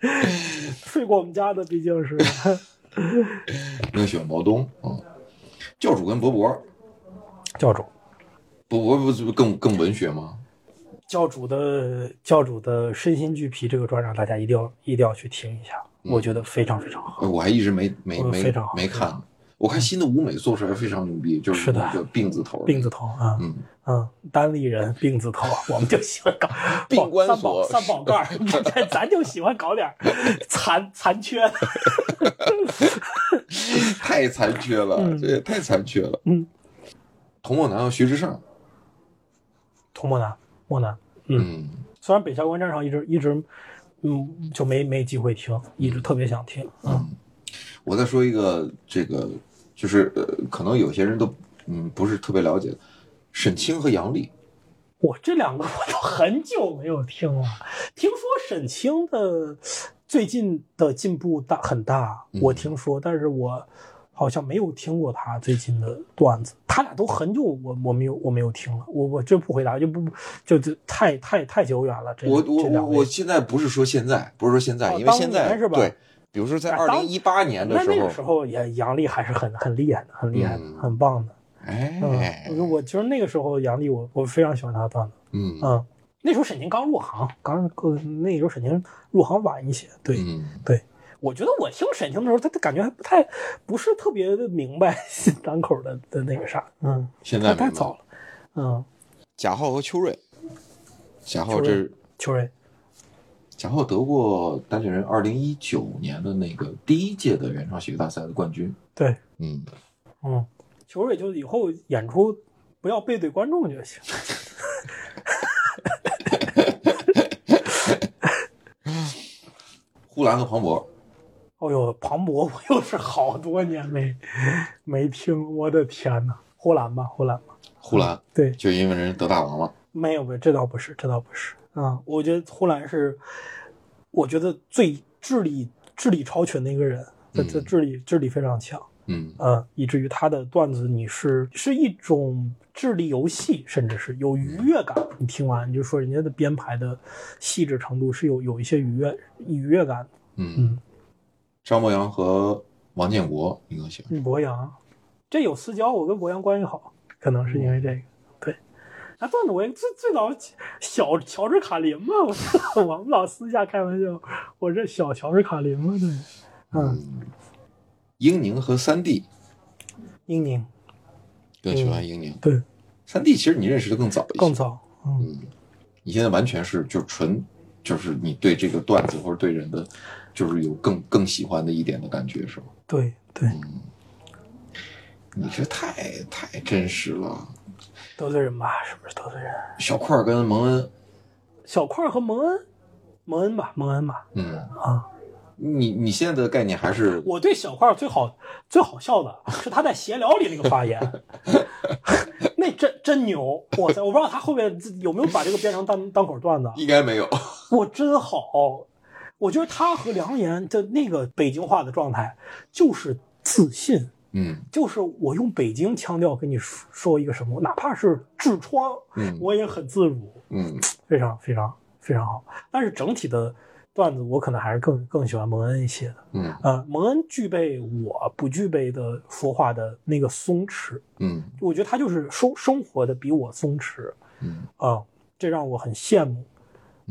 S4: 睡过我们家的毕竟是
S3: 你更喜欢毛东啊、嗯？教主跟博博，
S4: 教主。
S3: 博博不是更更文学吗？
S4: 教主的教主的身心俱疲这个专场，大家一定要一定要去听一下，
S3: 嗯
S4: 我觉得非常非常好。
S3: 呃我还一直没没
S4: 嗯
S3: 没
S4: 非常好
S3: 没看，我看新的舞美做出来非常牛逼，就是
S4: 是的
S3: 那个病字头儿，
S4: 病字头啊，
S3: 嗯
S4: 嗯，单立人病字 头，我们就喜欢搞
S3: 病关
S4: 三宝
S3: 锁
S4: 三宝盖儿， 咱咱就喜欢搞点儿残残缺。
S3: 太残缺了，
S4: 嗯
S3: 这也太残缺了。
S4: 嗯，
S3: 童梦楠和徐志胜，
S4: 童漠南，漠南。
S3: 嗯，
S4: 虽然北校观战场一直一直，嗯，就没没机会听，一直特别想听。嗯，
S3: 我再说一个，这个就是呃，可能有些人都嗯不是特别了解，沈清和杨丽，
S4: 我这两个 我都很久没有听了。听说沈清的最近的进步大很大，
S3: 嗯
S4: 我听说，但是我好像没有听过他最近的段子。他俩都很久我我没有我没有听了，我我真不回答，就不就就太太太久远了。这
S3: 我
S4: 这
S3: 我我
S4: 两位
S3: 我现在不是说现在，不是说现在，
S4: 哦
S3: 因为
S4: 当
S3: 现在
S4: 年是吧
S3: 对，比如说在
S4: 啊
S3: 二
S4: 当
S3: 零一八年的
S4: 那
S3: 时
S4: 那
S3: 候，
S4: 个时候也杨笠还是很很厉害的，很厉害的，
S3: 嗯
S4: 很棒的。
S3: 哎，
S4: 嗯，我觉得那个时候杨笠我我非常喜欢他的段子。
S3: 嗯
S4: 嗯，那时候沈宁刚入行，刚呃那时候沈宁入行晚一些。对，
S3: 嗯，
S4: 我觉得我听沈宁的时候，他他感觉还不太不是特别的明白 单口的的那个啥。嗯，
S3: 现在
S4: 他
S3: 没
S4: 太
S3: 了
S4: 早了。嗯，
S3: 贾浩和邱瑞，贾浩
S4: 邱
S3: 这
S4: 瑞秋瑞，
S3: 贾浩得过单立人二零一九年的那个第一届的原创喜剧大赛的冠军。
S4: 对，
S3: 嗯，
S4: 嗯，秋瑞就以后演出不要背对观众就行。
S3: 呼兰和庞博，
S4: 哦呦，庞博，我又是好多年没没听，我的天呐，呼兰吧，呼兰吧，
S3: 呼兰
S4: 对，
S3: 就因为人家得大王了。
S4: 没有没有，这倒不是，这倒不是啊、我觉得呼兰是，我觉得最智力智力超群的一个人，他他
S3: 嗯
S4: 智力智力非常强，
S3: 嗯
S4: 呃，以至于他的段子你是是一种智力游戏，甚至是有愉悦感。你听完你就说人家的编排的细致程度是有有一些愉悦愉悦感的。
S3: 嗯
S4: 嗯，
S3: 张博洋和王建国，你更喜欢？
S4: 嗯，博洋，这有私交，我跟博洋关系好，可能是因为这个。对，那段子我也最最早小乔治卡林嘛， 我我们老私下开玩笑，我这小乔治卡林嘛，对，嗯，
S3: 嗯，英宁和三弟
S4: 英宁
S3: 更喜欢英宁。
S4: 对
S3: 三弟其实你认识的更早一些，
S4: 更早，嗯，
S3: 你现在完全是就纯就是你对这个段子或者对人的，就是有更更喜欢的一点的感觉是吗？
S4: 对对，
S3: 你这太太真实了。
S4: 得罪人吧，是不是得罪人？
S3: 小块儿跟蒙恩，
S4: 小块儿和蒙恩，蒙恩吧，蒙恩吧，
S3: 嗯
S4: 啊，
S3: 你你现在的概念还是
S4: 我对小块儿最好最好笑的是他在闲聊里那个发 言，那真真牛！哇塞，我不知道他后面有没有把这个变成单单口段子啊，
S3: 应该没有，
S4: 我真好。我觉得他和梁岩的那个北京话的状态，就是自信，
S3: 嗯
S4: 就是我用北京腔调跟你说说一个什么，哪怕是痔疮，
S3: 嗯
S4: 我也很自如。
S3: 嗯
S4: 非常非常非常好。但是整体的段子，我可能还是更更喜欢蒙恩一些的。
S3: 嗯
S4: 呃，蒙恩具备我不具备的说话的那个松弛，
S3: 嗯
S4: 我觉得他就是生生活的比我松弛
S3: 嗯
S4: 啊、这让我很羡慕。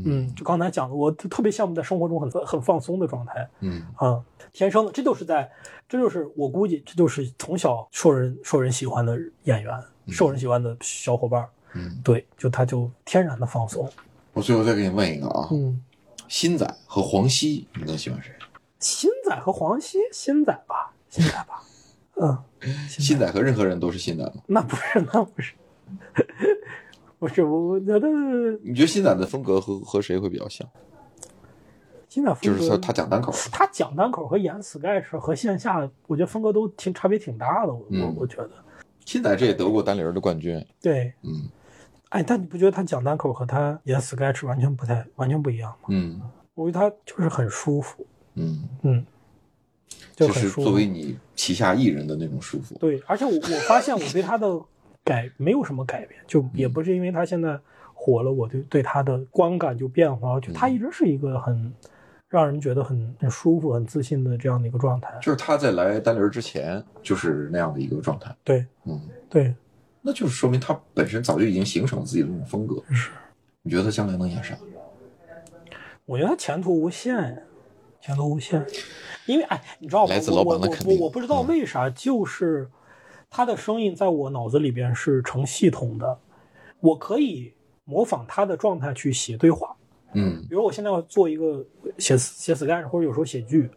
S4: 嗯，就刚才讲的，我特特别羡慕在生活中很很放松的状态
S3: 嗯
S4: 啊、天生的，这就是在，这就是我估计这就是从小受人受人喜欢的演员，受人喜欢的小伙伴儿。
S3: 嗯。
S4: 对，就他就天然的放松。
S3: 我最后再给你问一个啊，
S4: 嗯。
S3: 新仔和黄西，你更喜欢谁？
S4: 新仔和黄西，新仔吧，新仔吧，嗯，
S3: 新仔和任何人都是新仔吗？
S4: 那不是，那不是， 不是，我我觉得
S3: 你觉得新仔的风格和和谁会比较像？
S4: 新仔
S3: 就
S4: 风格，
S3: 是他他讲单口，
S4: 他讲单口和演 sketch 和线下，我觉得风格都挺差别挺大的，我我
S3: 嗯
S4: 我觉得，
S3: 新仔这也得过单立人的冠军。
S4: 对，
S3: 嗯
S4: 哎，但你不觉得他讲单口和他演 sketch 完全不太完全不一样吗？
S3: 嗯
S4: 我觉得他就是很舒服，
S3: 嗯，
S4: 嗯，就
S3: 就
S4: 很
S3: 是
S4: 舒
S3: 作
S4: 服
S3: 为。你旗下艺人的那种舒服。
S4: 对，而且我我发现我对他的改没有什么改变，就
S3: 嗯
S4: 也不是因为他现在火了，我对对他的观感就变化，
S3: 嗯
S4: 就他一直是一个很让人觉得很很舒服、很自信的这样的一个状态。
S3: 就是他在来单立人之前就是那样的一个状态。
S4: 对
S3: 嗯，
S4: 对，
S3: 那就是说明他本身早就已经形成自己的这种风格。
S4: 是，
S3: 你觉得他将来能演啥？
S4: 我觉得他前途无限，前途无限。因为哎，你知道吗？
S3: 来自
S4: 我
S3: 老板
S4: 我
S3: 的
S4: 我
S3: 肯
S4: 不
S3: 定嗯
S4: 我不知道为啥，就是他的声音在我脑子里边是成系统的，我可以模仿他的状态去写对话。
S3: 嗯
S4: 比如我现在要做一个写写 sketch 或者有时候写剧，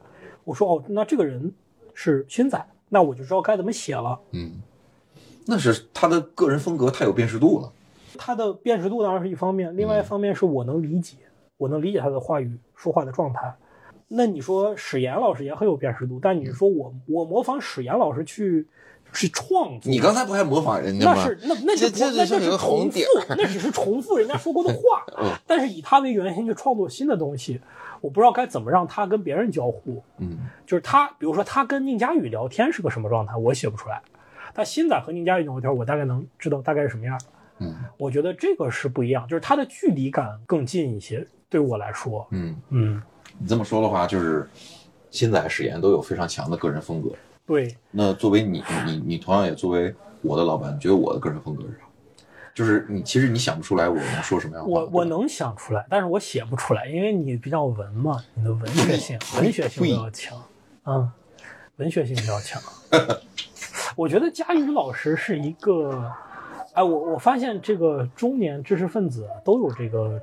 S4: 我说哦，那这个人是新仔，那我就知道该怎么写了。
S3: 嗯，那是他的个人风格太有辨识度了。
S4: 它的辨识度当然是一方面，另外一
S3: 嗯
S4: 方面是我能理解，我能理解他的话语说话的状态。那你说史岩老师也很有辨识度，但你说我我模仿史岩老师去去创作，
S3: 你刚才不还模仿人家
S4: 那
S3: 吗？
S4: 是那那
S3: 这
S4: 就
S3: 这
S4: 不那
S3: 这
S4: 就是是
S3: 个红
S4: 重复
S3: 点，
S4: 那只是重复人家说过的话
S3: 嗯，
S4: 但是以他为原型去创作新的东西，我不知道该怎么让他跟别人交互。
S3: 嗯
S4: 就是他，比如说他跟宁佳宇聊天是个什么状态，我写不出来。但新仔和宁佳宇聊天，我大概能知道大概是什么样。
S3: 嗯
S4: 我觉得这个是不一样，就是他的距离感更近一些，对我来说，
S3: 嗯，
S4: 嗯，
S3: 你这么说的话，就是新仔、史岩都有非常强的个人风格。
S4: 对，
S3: 那作为你，你你同样也作为我的老板，你觉得我的个人风格是啥？就是你其实你想不出来我能说什么样的话。
S4: 我我能想出来，但是我写不出来，因为你比较文嘛，你的文学性、文学性比较强，嗯，文学性比较强。 我觉得佳宇老师是一个，哎，我我发现这个中年知识分子都有这个，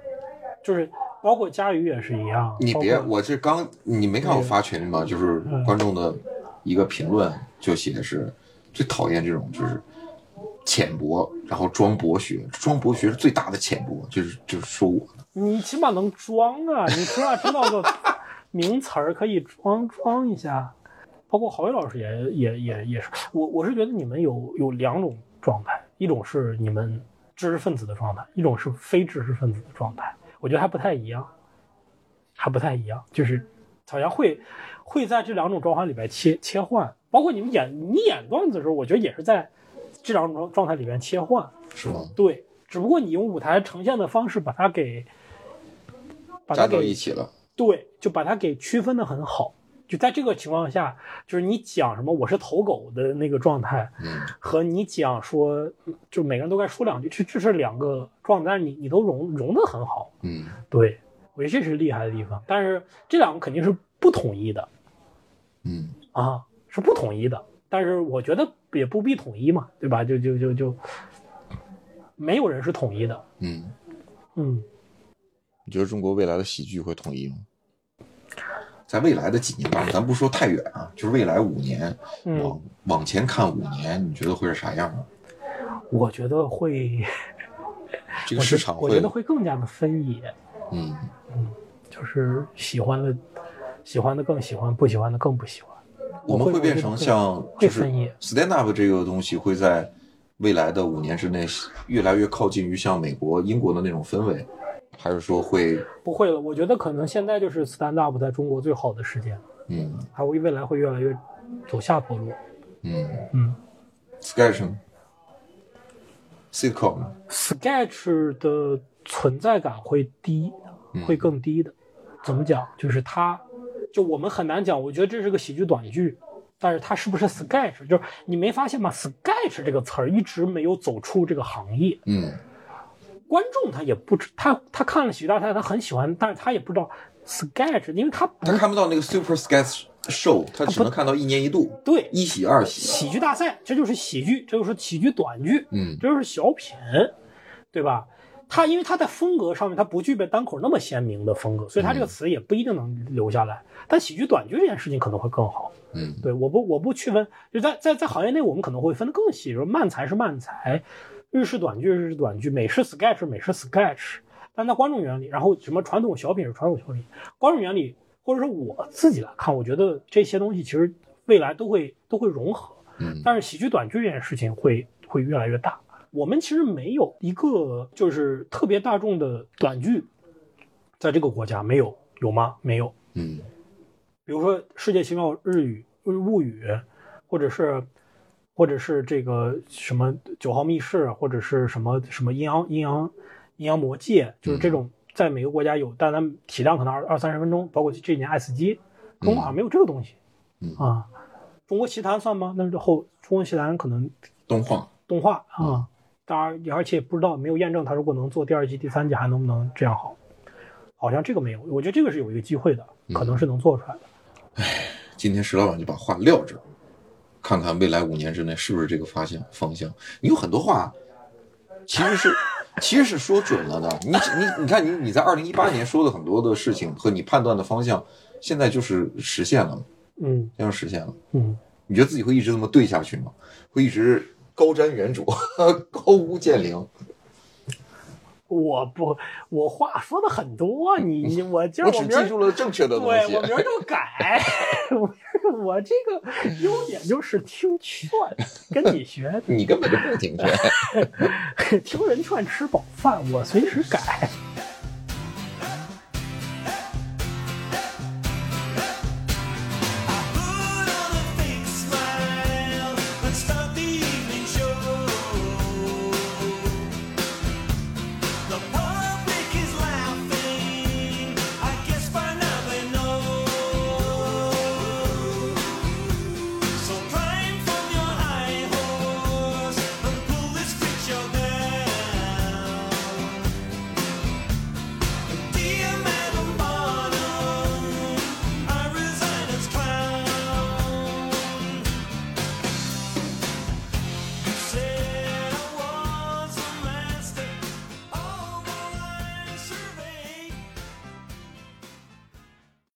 S4: 就是包括佳宇也是一样。
S3: 你
S4: 包
S3: 别，
S4: 括嗯
S3: 我这刚你没看我发群里吗？就是观众的一个评论就写的是最讨厌这种就是浅薄，然后装博学，装博学是最大的浅薄，就是就是说我
S4: 你起码能装啊，你起码知道个名词儿可以装装一下。包括郝宇老师也也也也是，我我是觉得你们有有两种状态，一种是你们知识分子的状态，一种是非知识分子的状态，我觉得还不太一样，还不太一样，就是好像会会在这两种状态里边切切换，包括你们演你演段子的时候，我觉得也是在这两种状态里边切换，
S3: 是吗？
S4: 对，只不过你用舞台呈现的方式把它给，把它
S3: 加到
S4: 给
S3: 一起了，
S4: 对，就把它给区分的很好。就在这个情况下，就是你讲什么我是头狗的那个状态，
S3: 嗯
S4: 和你讲说就每个人都该说两句，这这是两个状态，但是你你都融融的很好。
S3: 嗯，
S4: 对，我觉得这是厉害的地方。但是这两个肯定是不统一的
S3: 嗯，
S4: 啊，是不统一的。但是我觉得也不必统一嘛，对吧？就就就就没有人是统一的。
S3: 嗯，
S4: 嗯。
S5: 你觉得中国未来的喜剧会统一吗？
S3: 在未来的几年吧，咱不说太远啊，就是未来五年，
S4: 嗯
S3: 往往前看五年，你觉得会是啥样啊？
S4: 我觉得会，
S3: 这
S4: 我
S3: 个
S4: 觉
S3: 市
S4: 得
S3: 场
S4: 我
S3: 会，
S4: 觉得会更加的分野，
S3: 嗯
S4: 就是喜欢的喜欢的更喜欢，不喜欢的更不喜欢。
S3: 我们会变成像
S4: 会
S3: 就是
S4: 分野
S3: stand up 这个东西会在未来的五年之内越来越靠近于像美国、英国的那种氛围，还是说会
S4: 不会了，我觉得可能现在就是 stand up 在中国最好的时间，
S3: 嗯
S4: 还会未来会越来越走下坡路。
S3: 嗯
S4: 嗯
S3: sketch 呢 sitcom 呢
S4: ，sketch 的存在感会低，
S3: 嗯
S4: 会更低的。怎么讲？就是它，就我们很难讲。我觉得这是个喜剧短剧，但是它是不是 sketch？就是你没发现吗？sketch 这个词儿一直没有走出这个行业。
S3: 嗯
S4: 观众他也不知他他看了喜剧大赛，他很喜欢，但是他也不知道 sketch，因为他不
S3: 他看不到那个 super sketch show，他只能看到一年一度
S4: 对
S3: 一喜二喜，
S4: 喜剧大赛，这就是喜剧，这就是喜剧短剧，
S3: 嗯
S4: 这就是小品，对吧？他因为他在风格上面他不具备单口那么鲜明的风格，所以他这个词也不一定能留下来。但喜剧短剧这件事情可能会更好。
S3: 嗯
S4: 对，我不我不区分，就在在在行业内，我们可能会分得更细，说慢才是慢才，日式短剧是日式短剧，美式 sketch 是美式 sketch，但在观众眼里，然后什么传统小品是传统小品，观众眼里，或者说我自己来看，我觉得这些东西其实未来都会都会融合，
S3: 嗯
S4: 但是喜剧短剧这件事情会会越来越大。我们其实没有一个就是特别大众的短剧，在这个国家没有，有吗？没有。
S3: 嗯
S4: 比如说《世界奇妙日语日物语》，或者是或者是这个什么九号密室，或者是什么什么阴阳阴阳阴阳魔界，就是这种在每个国家有，但它体量可能二二三十分钟，包括这几年爱死机，中国好像没有这个东西、
S3: 嗯
S4: 啊。中国奇谭算吗？那是后中国奇谭可能
S3: 动画
S4: 动画啊，当然也而且也不知道没有验证它如果能做第二季、第三季还能不能这样好，好像这个没有，我觉得这个是有一个机会的，可能是能做出来的。
S3: 今天石老板就把话撂这儿，看看未来五年之内是不是这个方向方向。你有很多话，其实是其实是说准了的。你你你看你你在二零一八年说的很多的事情和你判断的方向，现在就是实现了，
S4: 嗯
S3: 现在实现了。
S4: 嗯。
S3: 你觉得自己会一直这么 对下去吗？会一直高瞻远瞩，高屋建瓴？
S4: 我不，我话说的很多，啊你你我今儿
S5: 我
S4: 我
S5: 只
S4: 明儿
S5: 记住了正确的
S4: 对
S5: 东
S4: 我
S5: 西
S4: 明。 儿就改， 我我这个优点就是听劝，跟你学，
S3: 你根本就不听劝。
S4: 听人劝吃饱饭，我随时改。